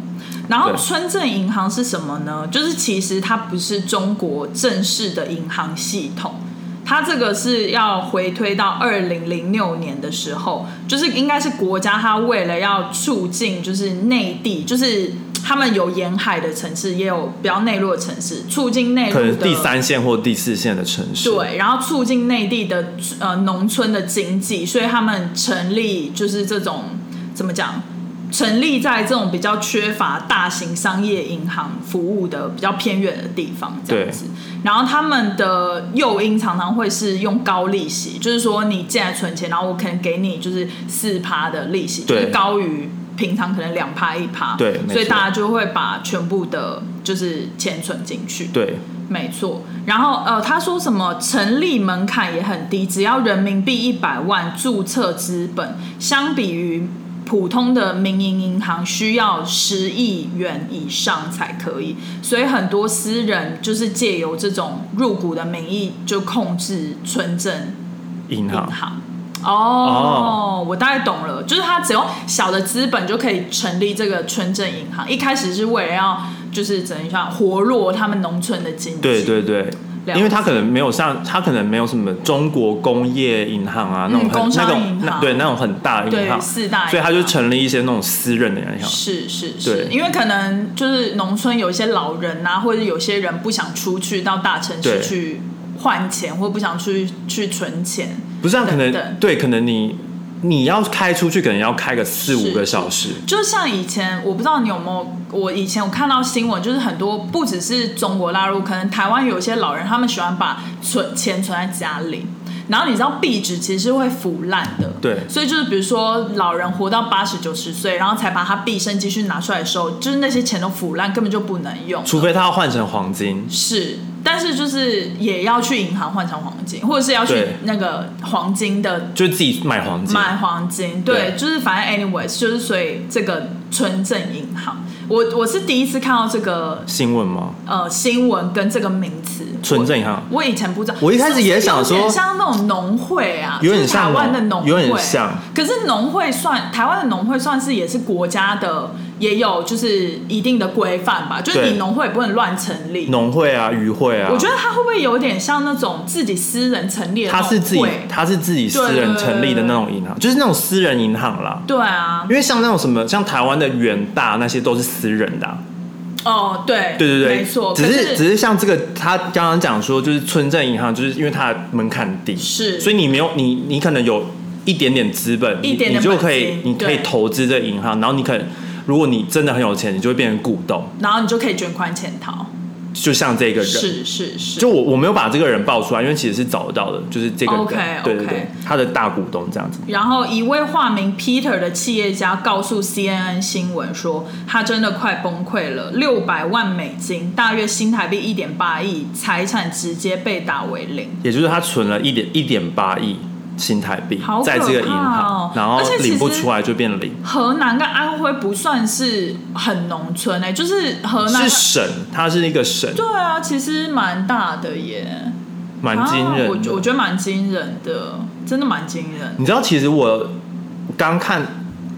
Speaker 1: 然后
Speaker 2: 对
Speaker 1: 村镇银行是什么呢？就是其实它不是中国正式的银行系统。它这个是要回推到二零零六年的时候，就是应该是国家它为了要促进就是内地，就是他们有沿海的城市，也有比较内陆的城市，促进内陆
Speaker 2: 可
Speaker 1: 的
Speaker 2: 能第三线或第四线的城市。
Speaker 1: 对，然后促进内地的呃农村的经济，所以他们成立就是这种怎么讲，成立在这种比较缺乏大型商业银行服务的比较偏远的地方这样
Speaker 2: 对
Speaker 1: 子。然后他们的诱因常常会是用高利息，就是说你进来存钱，然后我可能给你就是四趴的利息，就是
Speaker 2: 对
Speaker 1: 高于平常可能两趴一趴，
Speaker 2: 对没
Speaker 1: 所以
Speaker 2: 错
Speaker 1: 大家就会把全部的就是钱存进去，
Speaker 2: 对
Speaker 1: 没错，然后呃，他说什么成立门槛也很低，只要人民币一百万注册资本，相比于普通的民营银行需要十亿元以上才可以，所以很多私人就是借由这种入股的名义就控制村镇
Speaker 2: 银
Speaker 1: 银
Speaker 2: 行
Speaker 1: 行。哦，我大概懂了，就是他只用小的资本就可以成立这个村镇银行。一开始是为了要就是怎么样活络他们农村的经济，
Speaker 2: 对对对
Speaker 1: 了，
Speaker 2: 因为他可能没有像他可能没有什么中国工业银行啊那
Speaker 1: 嗯
Speaker 2: 种
Speaker 1: 工
Speaker 2: 很
Speaker 1: 商
Speaker 2: 那
Speaker 1: 银
Speaker 2: 种
Speaker 1: 行
Speaker 2: 那对那种很大的银行
Speaker 1: 对，四大银行，
Speaker 2: 所以他就成立一些那种私人的银行。
Speaker 1: 是是是
Speaker 2: 对，
Speaker 1: 因为可能就是农村有一些老人啊，或者有些人不想出去到大城市
Speaker 2: 对
Speaker 1: 去换钱，或不想去去存钱，
Speaker 2: 不是啊，可能
Speaker 1: 等等
Speaker 2: 对，可能你你要开出去，可能要开个四
Speaker 1: 是
Speaker 2: 五个小时。
Speaker 1: 就像以前，我不知道你有没有，我以前我看到新闻，就是很多不只是中国大陆，可能台湾有一些老人，他们喜欢把存钱存在家里，然后你知道壁纸其实是会腐烂的，
Speaker 2: 对
Speaker 1: 所以就是比如说老人活到八十九十岁，然后才把他毕生积蓄拿出来的时候，就是那些钱都腐烂，根本就不能用，
Speaker 2: 除非他要换成黄金，
Speaker 1: 是，但是就是也要去银行换成黄金，或者是要去
Speaker 2: 对
Speaker 1: 那个黄金的
Speaker 2: 就是自己买黄金。
Speaker 1: 买黄金，对，
Speaker 2: 对
Speaker 1: 就是反正 anyways，就是所以这个村镇银行，我我是第一次看到这个
Speaker 2: 新闻吗？
Speaker 1: 呃新闻跟这个名词，
Speaker 2: 村镇银行
Speaker 1: 我，我以前不知道，
Speaker 2: 我一开始也想说
Speaker 1: 有点像那种农会啊，
Speaker 2: 有点
Speaker 1: 就是台
Speaker 2: 像
Speaker 1: 湾的
Speaker 2: 农
Speaker 1: 农会，
Speaker 2: 有点像。
Speaker 1: 可是农会算台湾的农会算是也是国家的，也有就是一定的规范吧，就是
Speaker 2: 对
Speaker 1: 你农会不能乱成立，
Speaker 2: 农会啊，渔会啊。
Speaker 1: 我觉得他会不会有点像那种自己私人成立的那
Speaker 2: 他
Speaker 1: 种
Speaker 2: 是自己
Speaker 1: 会
Speaker 2: 他是自己私人成立的那种银行，就是那种私人银行啦。
Speaker 1: 对啊，
Speaker 2: 因为像那种什么，像台湾的远大那些都是私人的啊、
Speaker 1: 哦，对，
Speaker 2: 对对对，
Speaker 1: 没错。
Speaker 2: 只
Speaker 1: 可
Speaker 2: 是只是像这个，他刚刚讲说，就是村镇银行，就是因为它的门槛低，
Speaker 1: 是
Speaker 2: 所以你没有你你可能有一点点资本，
Speaker 1: 一点点
Speaker 2: 你你就可以
Speaker 1: 本金
Speaker 2: 你可以
Speaker 1: 对
Speaker 2: 投资这个银行，然后你可能如果你真的很有钱，你就会变成股东，
Speaker 1: 然后你就可以卷款潜逃，
Speaker 2: 就像这个人。
Speaker 1: 是是是，
Speaker 2: 就我我没有把这个人报出来，因为其实是找得到的，就是这个人
Speaker 1: OK，OK
Speaker 2: 对对对，他的大股东这样子。
Speaker 1: 然后一位化名 Peter 的企业家告诉 CNN 新闻说，他真的快崩溃了，六百万美金，大约新台币一点八亿，财产直接被打为零。
Speaker 2: 也就是他存了一点一点八亿新台币
Speaker 1: 好可怕哦哦
Speaker 2: 在这个银行，然后
Speaker 1: 而且其实
Speaker 2: 领不出来就变零，
Speaker 1: 河南跟安徽不算是很农村诶、欸就是河南
Speaker 2: 是省，它是一个省，
Speaker 1: 对啊，其实蛮大的耶，
Speaker 2: 蛮惊
Speaker 1: 啊
Speaker 2: 人
Speaker 1: 我
Speaker 2: 的。
Speaker 1: 我觉得蛮惊人的，真的蛮惊人的。
Speaker 2: 你知道，其实我刚看，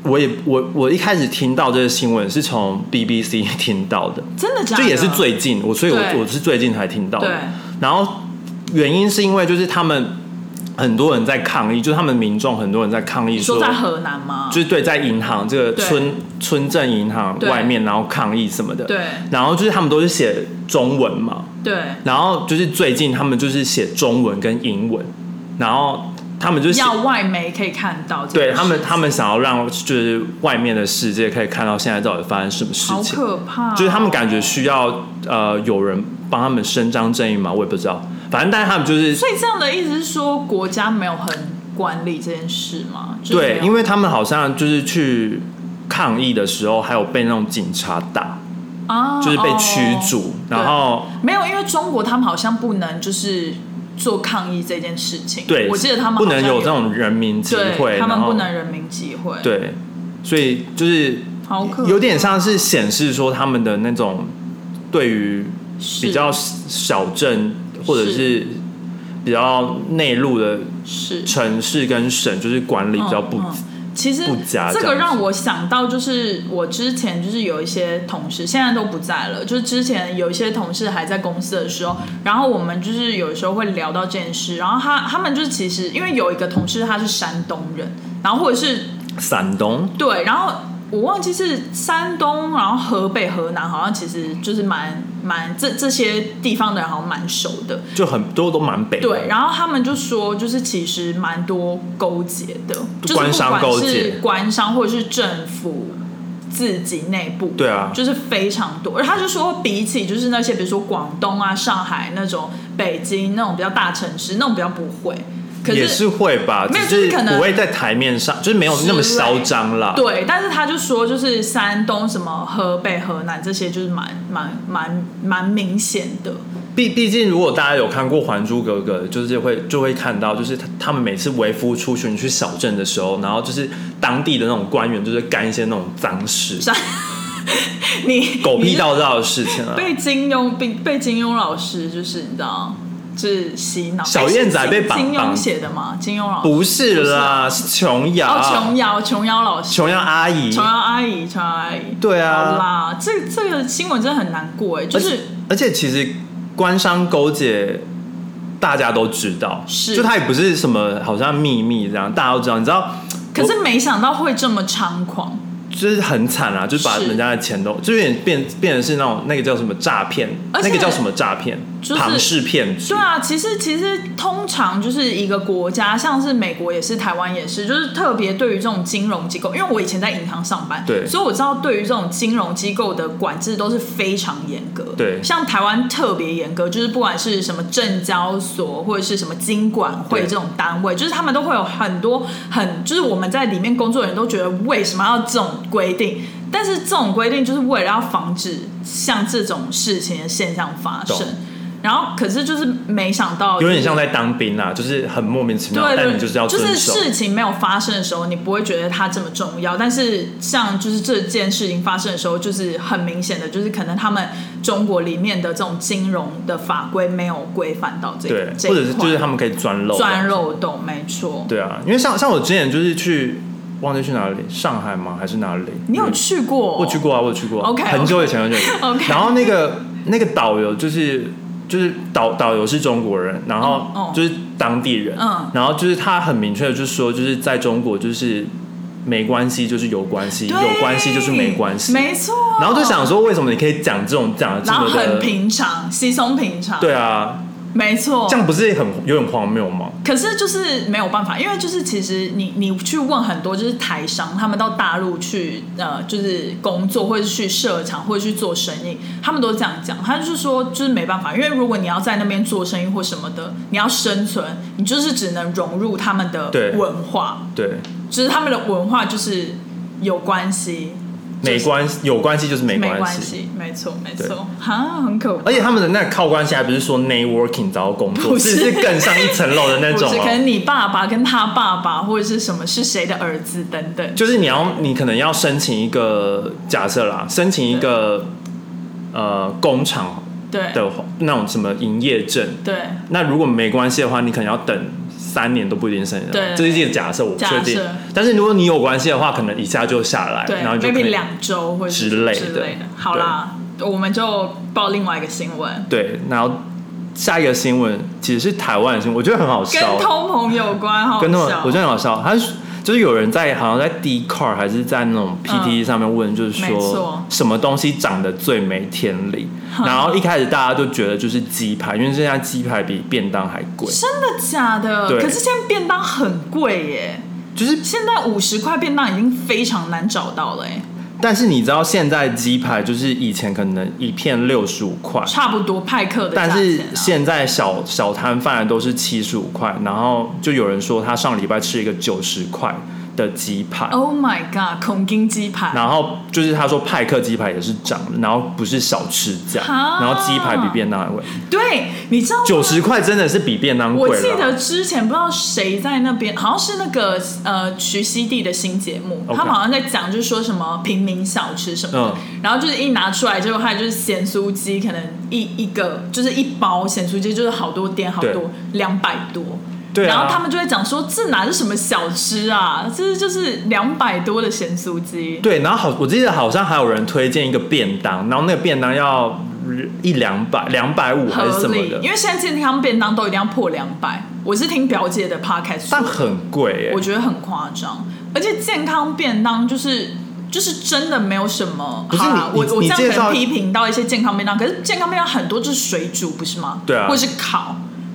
Speaker 2: 我也我我一开始听到这个新闻是从 BBC 听到的，
Speaker 1: 真的假的？
Speaker 2: 就也是最近，我所以我
Speaker 1: 对
Speaker 2: 我是最近才听到
Speaker 1: 对
Speaker 2: 的。然后原因是因为就是他们很多人在抗议，就是他们民众很多人在抗议
Speaker 1: 你说在河南吗？
Speaker 2: 就是对，在银行这个
Speaker 1: 对
Speaker 2: 村村镇银行
Speaker 1: 对
Speaker 2: 外面，然后抗议什么的。
Speaker 1: 对
Speaker 2: 然后就是他们都是写中文嘛，
Speaker 1: 对，
Speaker 2: 然后就是最近他们就是写中文跟英文，然后他们就写
Speaker 1: 要外媒可以看到这件
Speaker 2: 对
Speaker 1: 事情，
Speaker 2: 他们，他们想要让就是外面的世界可以看到现在到底发生什么事
Speaker 1: 好
Speaker 2: 情，
Speaker 1: 可怕哦、
Speaker 2: 就是他们感觉需要呃有人帮他们伸张正义嘛，我也不知道，反正但是他们就是
Speaker 1: 所以这样的意思是说，国家没有很管理这件事吗？就是没
Speaker 2: 对，
Speaker 1: 有
Speaker 2: 因为他们好像就是去抗议的时候，还有被那种警察打，
Speaker 1: 啊，
Speaker 2: 就是被驱
Speaker 1: 哦
Speaker 2: 逐，然后
Speaker 1: 没有，因为中国他们好像不能就是做抗议这件事情。
Speaker 2: 对，
Speaker 1: 我记得他们
Speaker 2: 不
Speaker 1: 好
Speaker 2: 能
Speaker 1: 像
Speaker 2: 有这种人民集会，
Speaker 1: 对，他
Speaker 2: 然
Speaker 1: 们
Speaker 2: 后
Speaker 1: 不能人民集会。
Speaker 2: 对，所以就是
Speaker 1: 好可
Speaker 2: 有点像是显示说他们的那种对于比较小镇或者是比较内陆的
Speaker 1: 是
Speaker 2: 城市跟省，就是管理比较不、
Speaker 1: 嗯嗯其实
Speaker 2: 不加
Speaker 1: 这
Speaker 2: 这
Speaker 1: 个
Speaker 2: 样子
Speaker 1: 让我想到，就是我之前就是有一些同事，现在都不在了。就是之前有一些同事还在公司的时候，然后我们就是有时候会聊到这件事，然后他他们就是其实因为有一个同事他是山东人，然后或者是
Speaker 2: 散东。
Speaker 1: 对，然后我忘记是山东，然后河北、河南，好像其实就是蛮蛮这这些地方的人好像蛮熟的。
Speaker 2: 就很多都蛮北的
Speaker 1: 对，然后他们就说，就是其实蛮多勾结的，就是
Speaker 2: 官商
Speaker 1: 不管
Speaker 2: 勾
Speaker 1: 是
Speaker 2: 结
Speaker 1: 官商或者是政府自己内部，
Speaker 2: 对啊
Speaker 1: 就是非常多。而他就说，比起就是那些比如说广东啊、上海那种、北京那种比较大城市，那种比较不会，可
Speaker 2: 也是会吧，
Speaker 1: 没有
Speaker 2: 只
Speaker 1: 就是是可能
Speaker 2: 不会在台面上，就是没有那么嚣张啦。
Speaker 1: 对，但是他就说，就是山东、什么河北、河南这些，就是蛮蛮蛮蛮明显的。
Speaker 2: 毕毕竟，如果大家有看过《还珠格格》，就是会就会看到，就是他他们每次为夫出巡去小镇的时候，然后就是当地的那种官员就是干一些那种脏事、
Speaker 1: 山，你
Speaker 2: 狗
Speaker 1: 你
Speaker 2: 屁
Speaker 1: 是
Speaker 2: 道道的事情啊。
Speaker 1: 被金庸被被金庸老师就是你知道，就是洗脑。
Speaker 2: 小
Speaker 1: 哎是
Speaker 2: 燕仔
Speaker 1: 金
Speaker 2: 被绑
Speaker 1: 金庸
Speaker 2: 绑
Speaker 1: 写的吗？金庸老师
Speaker 2: 不是啦，是琼瑶，
Speaker 1: 啊哦，琼瑶琼瑶老师，
Speaker 2: 琼瑶阿姨
Speaker 1: 琼。瑶阿姨，琼瑶阿姨。
Speaker 2: 对
Speaker 1: 好
Speaker 2: 啊，
Speaker 1: 啦，这这个新闻真的很难过哎，就
Speaker 2: 而且
Speaker 1: 是
Speaker 2: 而且其实官商勾结，大家都知道，
Speaker 1: 是
Speaker 2: 就他也不是什么好像秘密这样，大家都知道。你知道，
Speaker 1: 可是没想到会这么猖狂。
Speaker 2: 就是很惨啊，就是把
Speaker 1: 是
Speaker 2: 人家的钱都，就有点变变成是那种那个叫什么诈骗，
Speaker 1: 而且
Speaker 2: 那个叫什么诈骗，
Speaker 1: 就是
Speaker 2: 庞氏骗局
Speaker 1: 对。啊，其实其实通常就是一个国家，像是美国也是，台湾也是，就是特别对于这种金融机构，因为我以前在银行上班，
Speaker 2: 对
Speaker 1: 所以我知道对于这种金融机构的管制都是非常严格。
Speaker 2: 对
Speaker 1: 像台湾特别严格，就是不管是什么证交所或者是什么金管会
Speaker 2: 对
Speaker 1: 这种单位，就是他们都会有很多很，就是我们在里面工作的人都觉得为什么要这种规定？但是这种规定就是为了要防止像这种事情的现象发生
Speaker 2: 懂。
Speaker 1: 然后可是就是没想到、
Speaker 2: 有点像在当兵啊，就是很莫名其妙，
Speaker 1: 对
Speaker 2: 但
Speaker 1: 对，
Speaker 2: 你就是要遵守。
Speaker 1: 事情没有发生的时候，你不会觉得它这么重要。但是像就是这件事情发生的时候，就是很明显的，就是可能他们中国里面的这种金融的法规没有规范到这
Speaker 2: 对，
Speaker 1: 这
Speaker 2: 或者是
Speaker 1: 一块
Speaker 2: 就是他们可以钻漏。啊
Speaker 1: 钻漏洞，没错。
Speaker 2: 对啊，因为像像我之前就是去忘记去哪里，上海吗？还是哪里？
Speaker 1: 你有去过？
Speaker 2: 我去。过啊，我去过啊、
Speaker 1: OK，OK
Speaker 2: 很久以前，很久以前。
Speaker 1: OK
Speaker 2: 然后那个那个导游就是就是导导游是中国人，然
Speaker 1: 嗯哦
Speaker 2: 后就是当地人，
Speaker 1: 嗯
Speaker 2: 然后就是他很明确的就说，就是在中国就是没关系就是有关系，
Speaker 1: 对
Speaker 2: 有关系就是没关系。
Speaker 1: 没错。
Speaker 2: 然后就想，说，为什么你可以讲这种讲得这
Speaker 1: 然后
Speaker 2: 么
Speaker 1: 很
Speaker 2: 的？
Speaker 1: 平哦常，稀松平常。，
Speaker 2: 对啊，
Speaker 1: 没错。
Speaker 2: 这样不是很有点荒谬吗？
Speaker 1: 可是就是没有办法，因为就是其实你你去问很多就是台商，他们到大陆去呃就是工作或者去设厂或者去做生意，他们都这样讲，他就是说就是没办法，因为如果你要在那边做生意或什么的，你要生存，你就是只能融入他们的
Speaker 2: 对
Speaker 1: 文化，
Speaker 2: 对，
Speaker 1: 就是他们的文化就是有关系，
Speaker 2: 没关系，有关系就是没
Speaker 1: 没
Speaker 2: 关
Speaker 1: 关
Speaker 2: 系。
Speaker 1: 系，没错没
Speaker 2: 对
Speaker 1: 错，哈，很可怕
Speaker 2: 而。且他们的那个靠关系还不是说 networking 找到工
Speaker 1: 不
Speaker 2: 作，
Speaker 1: 是
Speaker 2: 是是更上一层楼的那
Speaker 1: 不
Speaker 2: 种、
Speaker 1: 是，可
Speaker 2: 哦。
Speaker 1: 能你爸爸跟他爸爸，或者是什么是谁的儿子等等，
Speaker 2: 就是你要，你可能要申请一个假设啦，申请一个呃工厂
Speaker 1: 对
Speaker 2: 的那种什么营业证。
Speaker 1: 对。
Speaker 2: 那如果没关系的话，你可能要等三年都不一定申请得
Speaker 1: 对
Speaker 2: 到。这是一个假设，我不
Speaker 1: 假
Speaker 2: 确定
Speaker 1: 设。
Speaker 2: 但是如果你有关系的话，可能一下就下来，
Speaker 1: 对
Speaker 2: 然后你就可
Speaker 1: maybe
Speaker 2: 以。
Speaker 1: 两周或者是
Speaker 2: 之类的
Speaker 1: 之类的。好啦，我们就报另外一个新闻，
Speaker 2: 对，然后下一个新闻其实是台湾的新闻，我觉得很好
Speaker 1: 跟
Speaker 2: 笑。啊
Speaker 1: 通膨有关，好好
Speaker 2: 跟他们
Speaker 1: 笑
Speaker 2: 我觉得很好笑，他是就是有人在好像在 d c a r 还是在那种 PT 上面问，就是
Speaker 1: 嗯没
Speaker 2: 说
Speaker 1: 错
Speaker 2: 什么东西涨得最没天 理。然后一开始大家都觉得就是鸡排，因为现在鸡排比便当还贵，
Speaker 1: 真的假的？
Speaker 2: 对
Speaker 1: 可是现在便当很贵耶，
Speaker 2: 就是
Speaker 1: 现在五十块便当已经非常难找到了耶，
Speaker 2: 但是你知道现在鸡排就是以前可能一片六十五块，
Speaker 1: 差不多派克的价
Speaker 2: 但
Speaker 1: 钱啊、
Speaker 2: 是现在小小摊贩都是七十五块，然后就有人说他上礼拜吃一个九十块的鸡排。
Speaker 1: Oh my god，孔金鸡排，
Speaker 2: 然后就是他说派克鸡排也是涨的，然后不是小吃价，
Speaker 1: 啊
Speaker 2: 然后鸡排比便当还贵，
Speaker 1: 对，你知道吗
Speaker 2: 九十块真的是比便当
Speaker 1: 我
Speaker 2: 贵
Speaker 1: 记得
Speaker 2: 了。
Speaker 1: 之前不知道谁在那边，好像是那个呃徐熙娣的新节目
Speaker 2: OK
Speaker 1: 他们好像在讲，就是说什么平民小吃什么的，
Speaker 2: 嗯
Speaker 1: 然后就是一拿出来，结果它就是咸酥鸡，可能一一个就是一包咸酥鸡，就是好多点好
Speaker 2: 对
Speaker 1: 多两百多。
Speaker 2: 对啊
Speaker 1: 然后他们就会讲说，这哪是什么小吃啊？这就是两百多的咸酥鸡，
Speaker 2: 对，然后好，我记得好像还有人推荐一个便当，然后那个便当要一两百、两百五还是
Speaker 1: 合
Speaker 2: 什么
Speaker 1: 理。
Speaker 2: 的
Speaker 1: 因，为现在健康便当都一定要破两百，我是听表姐的 podcast 说
Speaker 2: 但
Speaker 1: 的
Speaker 2: 很贵
Speaker 1: 我
Speaker 2: 哎。
Speaker 1: 觉得很夸张，而且健康便当就是就是真的没有什么。
Speaker 2: 不是
Speaker 1: 好啦
Speaker 2: 你
Speaker 1: 我
Speaker 2: 你
Speaker 1: 我
Speaker 2: 你
Speaker 1: 这样
Speaker 2: 介
Speaker 1: 可
Speaker 2: 绍
Speaker 1: 能批评到一些健康便当，可是健康便当很多就是水煮，不是吗？
Speaker 2: 对啊
Speaker 1: 或是烤，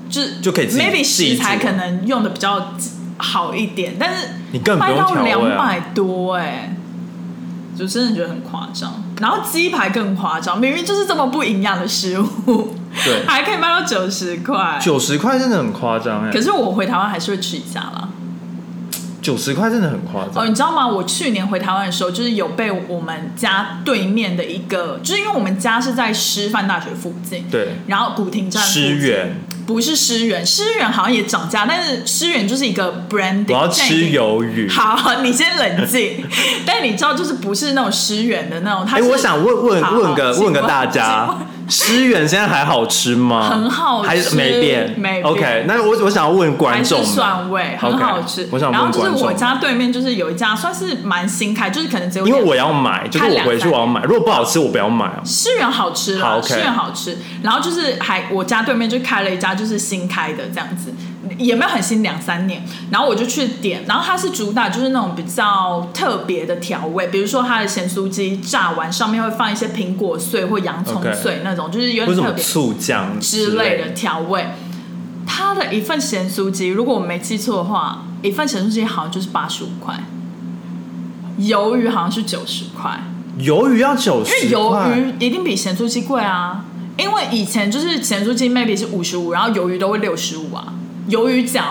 Speaker 1: 就是
Speaker 2: 就可以自己
Speaker 1: maybe
Speaker 2: 自己
Speaker 1: 食材
Speaker 2: 煮
Speaker 1: 可
Speaker 2: 啊
Speaker 1: 能用的比较好一点，但是
Speaker 2: 你更不
Speaker 1: 卖
Speaker 2: 用
Speaker 1: 到
Speaker 2: 调味
Speaker 1: 两
Speaker 2: 啊
Speaker 1: 百多哎、就真的觉得很夸张，然后鸡排更夸张，明明就是这么不营养的食物，
Speaker 2: 对
Speaker 1: 还可以卖到九十块。
Speaker 2: 九十块真的很夸张哎
Speaker 1: 可，是我回台湾还是会吃一下啦。
Speaker 2: 九十块真的很夸
Speaker 1: 哦，
Speaker 2: 张。
Speaker 1: 你知道吗？我去年回台湾的时候，就是有被我们家对面的一个，就是因为我们家是在师范大学附近，
Speaker 2: 对，
Speaker 1: 然后古亭站附
Speaker 2: 吃
Speaker 1: 近
Speaker 2: 远，
Speaker 1: 不是师园，师园好像也涨价，但是师园就是一个 branding，
Speaker 2: 我要
Speaker 1: 现在已
Speaker 2: 吃
Speaker 1: 经。
Speaker 2: 鱿鱼。
Speaker 1: 好，你先冷静。 但你知道，就是不是那种师园的那种，它
Speaker 2: 哎、
Speaker 1: 是
Speaker 2: 我想问问
Speaker 1: 好好
Speaker 2: 问个
Speaker 1: 请
Speaker 2: 问个大
Speaker 1: 请
Speaker 2: 家
Speaker 1: 问，
Speaker 2: 诗远现在还好吃吗？
Speaker 1: 很好吃
Speaker 2: 还是没变？
Speaker 1: 没变
Speaker 2: OK，那我我想要问观
Speaker 1: 还是
Speaker 2: 众们，
Speaker 1: 蒜味，很
Speaker 2: OK，
Speaker 1: 好吃。
Speaker 2: 我想
Speaker 1: 然后
Speaker 2: 问
Speaker 1: 就是
Speaker 2: 观众
Speaker 1: 我
Speaker 2: 们
Speaker 1: 家对面就是有一家，算是蛮新开，就是可能只有
Speaker 2: 因为
Speaker 1: 两
Speaker 2: 我要买，就是
Speaker 1: 看
Speaker 2: 我
Speaker 1: 两
Speaker 2: 回去
Speaker 1: 三
Speaker 2: 我要买，如果不好吃我不要买哦。
Speaker 1: 世园好吃
Speaker 2: 好
Speaker 1: 啦，
Speaker 2: ，OK
Speaker 1: 世园好吃。然后就是还我家对面就开了一家，就是新开的这样子，也没有很新，两三年。然后我就去点，然后它是主打就是那种比较特别的调味，比如说它的咸酥鸡炸完上面会放一些苹果碎或洋葱
Speaker 2: OK
Speaker 1: 碎那种，就是有
Speaker 2: 为
Speaker 1: 点
Speaker 2: 什
Speaker 1: 特
Speaker 2: 么
Speaker 1: 别
Speaker 2: 醋酱
Speaker 1: 之类
Speaker 2: 类
Speaker 1: 的？调味。它的一份咸酥鸡，如果我没记错的话，一份咸酥鸡好像就是八十五块，鱿鱼好像是九十块。
Speaker 2: 鱿鱼要九
Speaker 1: 因为
Speaker 2: 十
Speaker 1: 鱿
Speaker 2: 块，
Speaker 1: 鱼一定比咸酥鸡贵啊，因为以前就是咸酥鸡 maybe 是五十五，然后鱿鱼都会六十五啊，鱿鱼饺、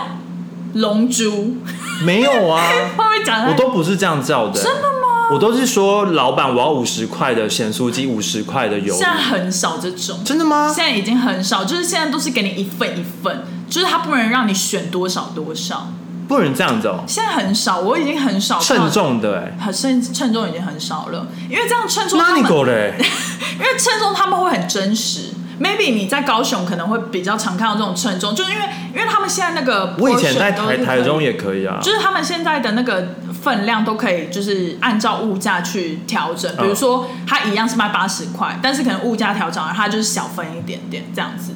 Speaker 1: 龙珠，会
Speaker 2: 没有 啊，
Speaker 1: 不会讲得
Speaker 2: 我
Speaker 1: 太
Speaker 2: 都不是这样叫的、真的吗？我都是说老板我要五十块的咸酥鸡，五十块的鱿
Speaker 1: 现在
Speaker 2: 鱼，
Speaker 1: 很少这种，
Speaker 2: 真的吗
Speaker 1: 现？在已经很少，就是现在都是给你一份一份，就是它不能让你选多少多少，
Speaker 2: 不能这样子哦，
Speaker 1: 现在很少，我已经很少看
Speaker 2: 称。重的哎、
Speaker 1: 很称称重已经很少了，因为这样称重他
Speaker 2: 那
Speaker 1: 们
Speaker 2: 你狗嘞？
Speaker 1: 因为称重他们会很真实。Maybe 你在高雄可能会比较常看到这种称重，就是因为因为他们现在那个
Speaker 2: 我以前在
Speaker 1: portion 都
Speaker 2: 台
Speaker 1: 是可以
Speaker 2: 台中，也可以啊，
Speaker 1: 就是他们现在的那个分量都可以，就是按照物价去调整。
Speaker 2: 嗯
Speaker 1: 比如说，它一样是卖八十块，但是可能物价调整了，它就是小分一点点这样子，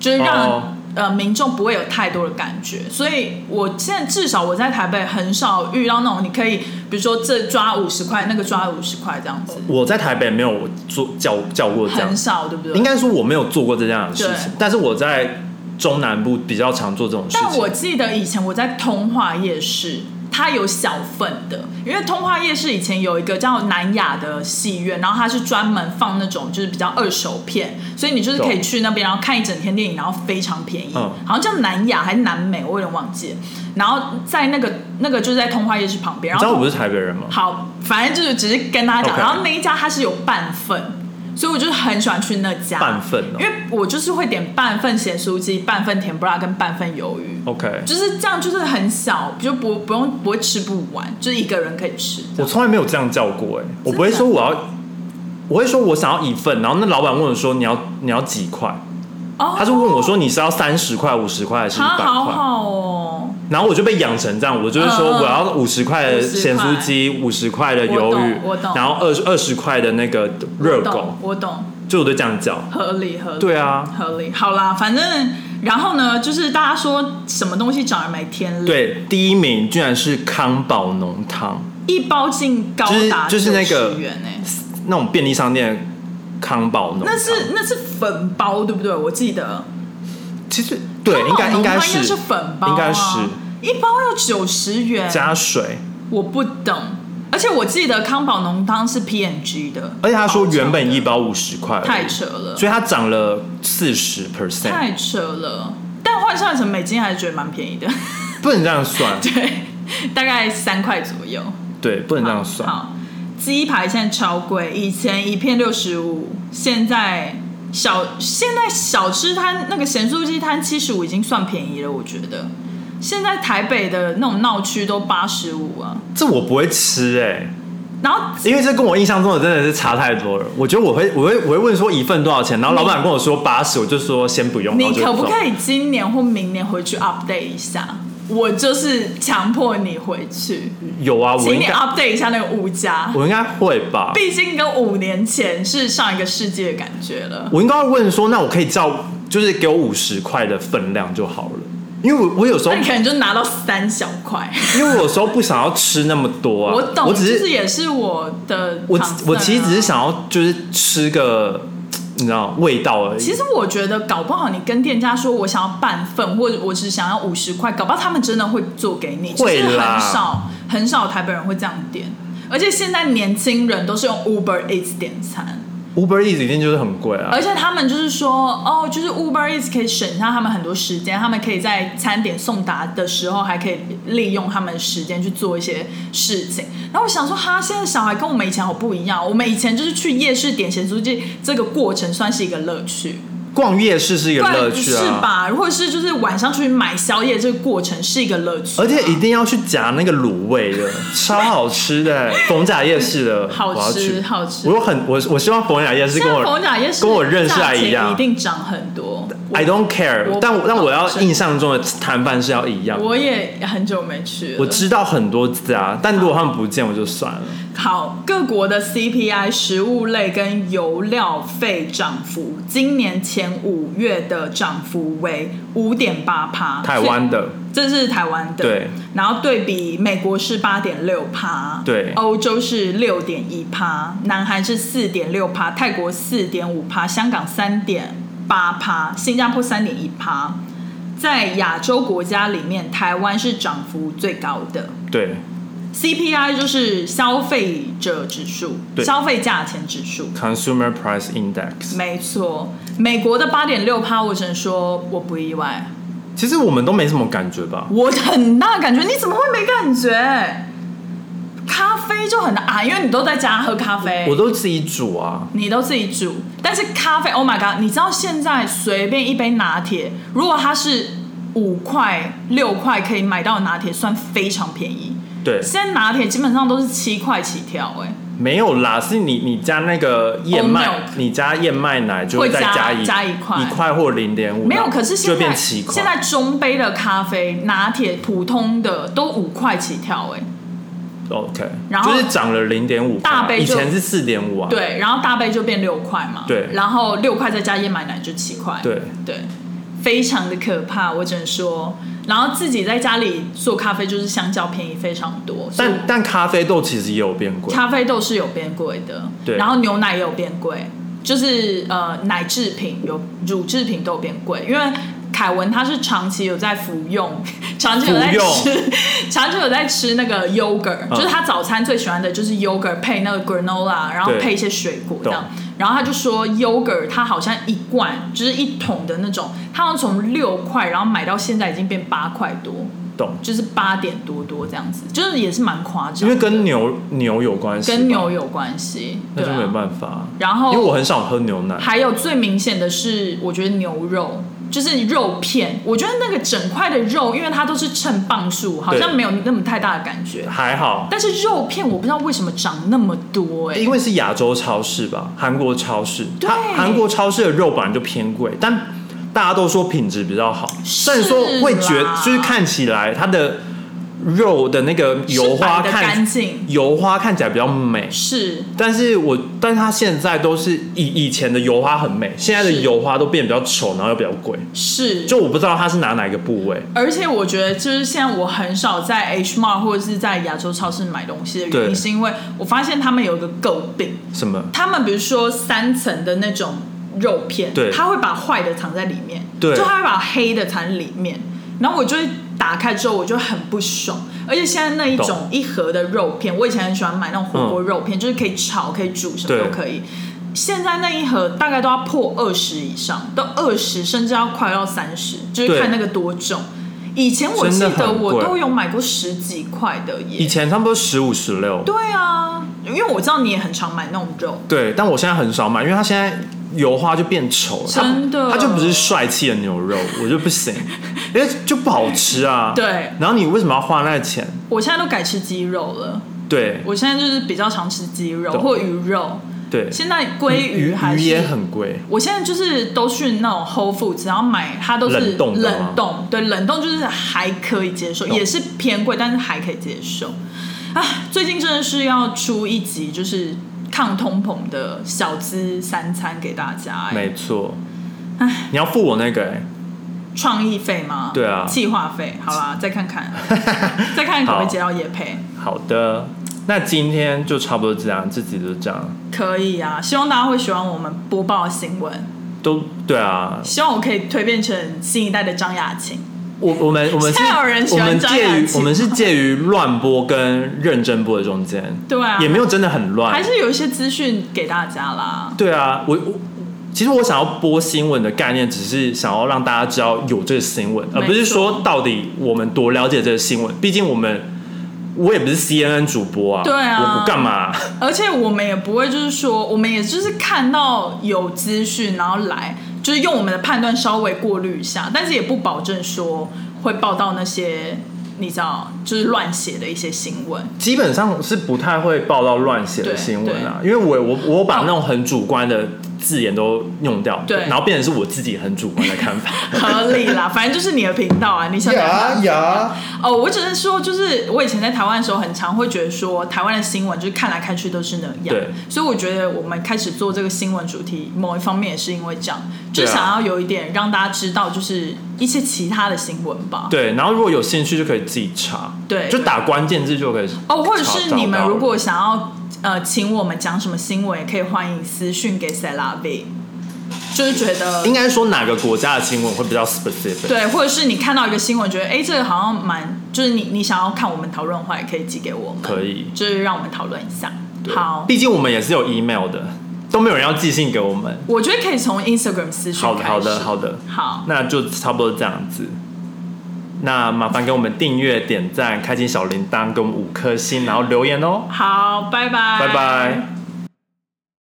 Speaker 1: 就是让、
Speaker 2: 哦
Speaker 1: 呃民众不会有太多的感觉。所以我现在至少我在台北很少遇到那种你可以，比如说这抓五十块，那个抓五十块这样子，
Speaker 2: 我在台北没有做叫叫过这样
Speaker 1: 很，少，对不对？
Speaker 2: 应该说我没有做过这样的事情
Speaker 1: 对，
Speaker 2: 但是我在中南部比较常做这种事
Speaker 1: 但我
Speaker 2: 情。
Speaker 1: 记得以前我在通化夜市，它有小份的，因为通化夜市以前有一个叫南雅的戏院，然后它是专门放那种就是比较二手片，所以你就是可以
Speaker 2: 懂
Speaker 1: 去那边，然后看一整天电影，然后非常便宜，
Speaker 2: 嗯
Speaker 1: 好像叫南雅还是南美，我有点忘记了。然后在那个那个就是在通化夜市旁边，
Speaker 2: 你
Speaker 1: 然
Speaker 2: 知道
Speaker 1: 后
Speaker 2: 我不是台北人吗？
Speaker 1: 好，反正就是只是跟大家讲
Speaker 2: OK
Speaker 1: 然后那一家它是有半份，所以我就是很喜欢去那家
Speaker 2: 半份哦
Speaker 1: 因为我就是会点半份咸酥鸡、半份甜不辣跟半份鱿鱼。
Speaker 2: OK，
Speaker 1: 就是这样，就是很小，就不不用不会吃不完，就是一个人可以吃。
Speaker 2: 我从来没有这样叫过哎、我不会
Speaker 1: 真的
Speaker 2: 说我要，我会说我想要一份，然后那老板问我说你要你要几块，
Speaker 1: 哦，
Speaker 2: 他是问我说你是要三十块、五十块还是一
Speaker 1: 他
Speaker 2: 百
Speaker 1: 好
Speaker 2: 块，
Speaker 1: 好哦，
Speaker 2: 然后我就被养成这样，我就是说
Speaker 1: 嗯嗯
Speaker 2: 我要五十块的
Speaker 1: 50
Speaker 2: 咸酥鸡，五十块的
Speaker 1: 我
Speaker 2: 鱿
Speaker 1: 懂
Speaker 2: 鱼
Speaker 1: 我懂，
Speaker 2: 然后二二十块的那个热
Speaker 1: 我懂
Speaker 2: 狗，
Speaker 1: 我懂，
Speaker 2: 就我都这样叫。
Speaker 1: 合理合理。
Speaker 2: 对啊，
Speaker 1: 合理。好啦，反正然后呢，就是大家说什么东西涨而没天理，，
Speaker 2: 对，第一名居然是康宝浓汤，
Speaker 1: 一包进高达
Speaker 2: 就是就是那个
Speaker 1: 90元欸
Speaker 2: 那种便利商店的康宝浓汤，
Speaker 1: 那是那是粉包对不对？我记得哦
Speaker 2: 其实对，
Speaker 1: 康
Speaker 2: 应
Speaker 1: 宝
Speaker 2: 该
Speaker 1: 浓
Speaker 2: 应该
Speaker 1: 汤
Speaker 2: 是
Speaker 1: 是粉包、啊，
Speaker 2: 应该是
Speaker 1: 一包要九十元，
Speaker 2: 加水。
Speaker 1: 我不懂。而且我记得康宝浓汤是 PNG 的，
Speaker 2: 而且他说
Speaker 1: 包
Speaker 2: 原
Speaker 1: 装
Speaker 2: 本
Speaker 1: 的
Speaker 2: 一包五十块而已，
Speaker 1: 太扯了，
Speaker 2: 所以它涨了四十 percent，
Speaker 1: 太扯了。但换算成美金还是觉得蛮便宜的，
Speaker 2: 不能这样算。
Speaker 1: 对，大概三块左右。
Speaker 2: 对，不能这样哦算。
Speaker 1: 好，鸡排现在超贵，以前一片六十五，现在小现在小吃摊那个咸酥鸡摊七十五已经算便宜了，我觉得。现在台北的那种闹区都八十五啊，
Speaker 2: 这我不会吃哎、欸
Speaker 1: 然后
Speaker 2: 因为这跟我印象中的真的是差太多了。我觉得我会，我会，我会问说一份多少钱，然后老板跟我说八十，我就说先不用。然
Speaker 1: 你
Speaker 2: 后就
Speaker 1: 可不
Speaker 2: 走
Speaker 1: 可以今年或明年回去 update 一下？我就是强迫你回去，
Speaker 2: 有啊？我
Speaker 1: 请
Speaker 2: 应
Speaker 1: 你
Speaker 2: 该，
Speaker 1: update 一下那个物价，
Speaker 2: 我应该会吧？
Speaker 1: 毕竟跟五年前是上一个世界的感觉了。
Speaker 2: 我应该会问说，那我可以照，就是给我五十块的分量就好了。因为我我有时候
Speaker 1: 那，你可能就拿到三小块。
Speaker 2: 因为我有时候不想要吃那么多啊。
Speaker 1: 我懂，
Speaker 2: 只
Speaker 1: 就是
Speaker 2: 是
Speaker 1: 也是我的、啊
Speaker 2: 我我其实只是，想要就是吃个，你知道味道而已。
Speaker 1: 其实我觉得搞不好你跟店家说我想要半份，或者我只想要五十块，搞不好他们真的会做给你。
Speaker 2: 会
Speaker 1: 其实
Speaker 2: 啦
Speaker 1: 很少很少台北人会这样点，而且现在年轻人都是用 Uber Eats 点餐。
Speaker 2: Uber Eats 一定就是很贵啊
Speaker 1: 而。且他们就是说，哦，就是 Uber Eats 可以省下他们很多时间，他们可以在餐点送达的时候，还可以利用他们的时间去做一些事情。然后我想说，哈，现在小孩跟我们以前好不一样，我们以前就是去夜市点咸酥鸡，这个过程算是一个乐趣，
Speaker 2: 逛夜市是一个乐趣
Speaker 1: 对是
Speaker 2: 啊，
Speaker 1: 吧？或者是就是晚上出去买宵夜这个过程是一个乐趣啊、
Speaker 2: 而且一定要去夹那个卤 味的，超好吃的。逢甲夜市的，
Speaker 1: 好
Speaker 2: 我要
Speaker 1: 吃
Speaker 2: 去。
Speaker 1: 好吃
Speaker 2: 我。有很我我希望逢甲夜市
Speaker 1: 现
Speaker 2: 跟
Speaker 1: 在
Speaker 2: 我
Speaker 1: 逢甲夜市
Speaker 2: 跟我认识
Speaker 1: 价
Speaker 2: 还一
Speaker 1: 钱
Speaker 2: 样
Speaker 1: 一定涨很多。
Speaker 2: I don't care，
Speaker 1: 我
Speaker 2: 但我但我要
Speaker 1: 保证
Speaker 2: 印象中的摊贩是要一样的。
Speaker 1: 我也很久没去了。
Speaker 2: 我知道很多家，但如果他们不见，我就算了。
Speaker 1: 好，各国的 CPI 食物类跟油料费涨幅，今年前五月的涨幅为五点八趴，
Speaker 2: 台湾的
Speaker 1: 这是台湾的，
Speaker 2: 对。
Speaker 1: 然后对比美国是八点六趴，
Speaker 2: 对
Speaker 1: 欧洲是六点一趴，南韩是四点六趴，泰国四点五趴，香港三点八趴，新加坡三点一趴。在亚洲国家里面，台湾是涨幅最高的。
Speaker 2: 对
Speaker 1: CPI 就是消费者指数，
Speaker 2: 对
Speaker 1: 消费价钱指数。
Speaker 2: Consumer Price Index，
Speaker 1: 没错，美国的八点六趴，我只能说我不意外，
Speaker 2: 其实我们都没什么感觉吧？
Speaker 1: 我很大感觉，你怎么会没感觉？咖啡就很大啊，因为你都在家喝咖啡，
Speaker 2: 我都自己煮啊，
Speaker 1: 你都自己煮，但是咖啡，Oh my god！你知道现在随便一杯拿铁，如果它是五块六块可以买到的拿铁，算非常便宜。
Speaker 2: 对，
Speaker 1: 现在拿铁基本上都是七块起跳、哎。
Speaker 2: 没有啦，是你你加那个燕
Speaker 1: Oat
Speaker 2: 麦
Speaker 1: milk，
Speaker 2: 你加燕麦奶就
Speaker 1: 会
Speaker 2: 再
Speaker 1: 加
Speaker 2: 一
Speaker 1: 加一块
Speaker 2: 一块或零点五，
Speaker 1: 没有，可是
Speaker 2: 就
Speaker 1: 现
Speaker 2: 变
Speaker 1: 在
Speaker 2: 七块。
Speaker 1: 现在中杯的咖啡、拿铁、普通的都五块起跳、欸，哎，
Speaker 2: OK，
Speaker 1: 然后
Speaker 2: 就是涨了零点五，
Speaker 1: 大杯
Speaker 2: 以
Speaker 1: 就
Speaker 2: 前是四点五啊，
Speaker 1: 对，然后大杯就变六块嘛，
Speaker 2: 对
Speaker 1: 然后六块再加燕麦奶就七块，
Speaker 2: 对
Speaker 1: 对，非常的可怕，我只能说。然后自己在家里做咖啡，就是相较便宜非常多，所以
Speaker 2: 但但咖啡豆其实也有变贵，
Speaker 1: 咖啡豆是有变贵的，
Speaker 2: 对
Speaker 1: 然后牛奶也有变贵，就是呃奶制品有乳制品都有变贵，因为凯文他是长期有在服用， 长期有在
Speaker 2: 服用
Speaker 1: 吃，长期有在吃那个 yogurt，、
Speaker 2: 嗯
Speaker 1: 就是他早餐最喜欢的就是 yogurt 配那个 granola，然后
Speaker 2: 对
Speaker 1: 配一些水果这
Speaker 2: 懂
Speaker 1: 样。然后他就说，yogurt 它好像一罐就是一桶的那种，他好像从六块，然后买到现在已经变八块多，
Speaker 2: 懂？
Speaker 1: 就是八点多多这样子，就是也是蛮夸张的。
Speaker 2: 因为跟牛牛有关系吧，
Speaker 1: 跟牛有关系，
Speaker 2: 那
Speaker 1: 对、
Speaker 2: 就没
Speaker 1: 啊。
Speaker 2: 办法啊，
Speaker 1: 然
Speaker 2: 因为我
Speaker 1: 后
Speaker 2: 很少喝牛奶。
Speaker 1: 还有最明显的是，我觉得牛肉就是肉片，我觉得那个整块的肉，因为它都是称磅数，好像没有那么太大的感觉。
Speaker 2: 还好，
Speaker 1: 但是肉片我不知道为什么涨那么多、哎，
Speaker 2: 因为是亚洲超市吧，韩国超市，
Speaker 1: 对
Speaker 2: 它韩国超市的肉本来就偏贵，但大家都说品质比较好，
Speaker 1: 是
Speaker 2: 虽然说会觉
Speaker 1: 啦
Speaker 2: 就是看起来它的肉的那个油花
Speaker 1: 是白的干
Speaker 2: 看
Speaker 1: 净
Speaker 2: 油花看起来比较美，
Speaker 1: 是
Speaker 2: 但是我但是它现在都是以以前的油花很美，现在的
Speaker 1: 是
Speaker 2: 油花都变得比较丑，然后又比较贵，
Speaker 1: 是，
Speaker 2: 就我不知道它是拿哪一个部位，
Speaker 1: 而且我觉得就是现在我很少在 H Mart 或者是在亚洲超市买东西的原
Speaker 2: 对
Speaker 1: 因，是因为我发现他们有一个诟病，
Speaker 2: 什么
Speaker 1: 他们比如说三层的那种肉片，
Speaker 2: 对
Speaker 1: 他会把坏的藏在里面，
Speaker 2: 对
Speaker 1: 就他会把黑的藏在里面，然后我就会打开之后我就很不爽，而且现在那一种
Speaker 2: 懂嗯
Speaker 1: 一盒的肉片，我以前很喜欢买那种火锅肉片，就是可以炒、可以煮，什么
Speaker 2: 对
Speaker 1: 都可以。现在那一盒大概都要破二十以上，都二十甚至要快到三十，就是
Speaker 2: 对
Speaker 1: 看那个多重。以前我记
Speaker 2: 真的
Speaker 1: 得
Speaker 2: 很贵
Speaker 1: 我都有买过十几块的
Speaker 2: 以
Speaker 1: 耶。
Speaker 2: 前差不多十五十六，
Speaker 1: 对啊，因为我知道你也很常买那种肉，
Speaker 2: 对，但我现在很少买，因为它现在油花就变丑了，它
Speaker 1: 真的
Speaker 2: 它就不是帅气的牛肉，我就不行，因为就不好吃啊。
Speaker 1: 对
Speaker 2: 然后你为什么要花那个钱？
Speaker 1: 我现在都改吃鸡肉了。
Speaker 2: 对
Speaker 1: 我现在就是比较常吃鸡肉
Speaker 2: 懂
Speaker 1: 或鱼肉，
Speaker 2: 对，
Speaker 1: 现在鲑
Speaker 2: 鱼
Speaker 1: 还
Speaker 2: 鱼
Speaker 1: 是
Speaker 2: 也很贵，
Speaker 1: 我现在就是都去那种 Whole Foods，然后买它都是
Speaker 2: 冷冻的吗
Speaker 1: 冷冻对，冷冻就是还可以接受，
Speaker 2: 懂
Speaker 1: 也是偏贵，但是还可以接受。啊，最近真的是要出一集就是抗通膨的小资三餐给大家、哎
Speaker 2: 没错。你要付我那个、欸，
Speaker 1: 创意费吗？
Speaker 2: 对啊
Speaker 1: 计划费，好啦，再看 看，再看看可不可以接到野配。
Speaker 2: 好的，那今天就差不多这样，这集就这样，
Speaker 1: 可以啊，希望大家会喜欢我们播报的新闻，
Speaker 2: 都对啊。
Speaker 1: 希望我可以蜕变成新一代的张雅琴。
Speaker 2: 我我们我们是
Speaker 1: 现在有人，喜
Speaker 2: 我
Speaker 1: 欢
Speaker 2: 们
Speaker 1: 张
Speaker 2: 介
Speaker 1: 雅
Speaker 2: 于
Speaker 1: 琴
Speaker 2: 我们是介于乱播跟认真播的中间，
Speaker 1: 对啊，
Speaker 2: 也没有真的很乱，
Speaker 1: 还是有一些资讯给大家啦。
Speaker 2: 对啊，我我其实我想要播新闻的概念，只是想要让大家知道有这个新闻，而不是说到底我们多了解这个新闻。毕竟我们我也不是 CNN 主播啊，
Speaker 1: 对啊
Speaker 2: 我我干嘛、
Speaker 1: 而且我们也不会就是说，我们也就是看到有资讯，然后来就是用我们的判断稍微过滤一下，但是也不保证说会报道那些你知道就是乱写的一些新闻。
Speaker 2: 基本上是不太会报道乱写的新闻啊，因为我我我把那种很主观的字眼都用掉，
Speaker 1: 哦对
Speaker 2: 然后变成是我自己很主观的看法。
Speaker 1: 合理啦，反正就是你的频道啊，你想讲什么
Speaker 2: 呀，
Speaker 1: 哦，我只是说，就是我以前在台湾的时候，很常会觉得说，台湾的新闻就是看来看去都是那样。
Speaker 2: 对。
Speaker 1: 所以我觉得我们开始做这个新闻主题，某一方面也是因为这样，就
Speaker 2: 对啊
Speaker 1: 想要有一点让大家知道，就是一些其他的新闻吧。
Speaker 2: 对，然后如果有兴趣就可以自己查，
Speaker 1: 对
Speaker 2: 就打关键字就可以。
Speaker 1: 哦，或者
Speaker 2: 查
Speaker 1: 是
Speaker 2: 找
Speaker 1: 你们
Speaker 2: 到
Speaker 1: 如果想要呃请我们讲什么新闻，也可以欢迎私讯给 s e l a V，就是觉得
Speaker 2: 应该说哪个国家的新闻会比较 specific？
Speaker 1: 对，或者是你看到一个新闻，觉得哎、诶这个好像蛮，就是你你想要看我们讨论的话，也可以寄给我们，
Speaker 2: 可以
Speaker 1: 就是让我们讨论一下。
Speaker 2: 对
Speaker 1: 好，
Speaker 2: 毕竟我们也是有 email 的，都没有人要寄信给我们。
Speaker 1: 我觉得可以从 Instagram 私讯
Speaker 2: 好的，
Speaker 1: 开始。
Speaker 2: 好的，好的，
Speaker 1: 好，
Speaker 2: 那就差不多这样子。那麻烦给我们订阅、点赞、开启小铃铛，给我们五颗星，然后留言哦。
Speaker 1: 好，拜拜，
Speaker 2: 拜拜。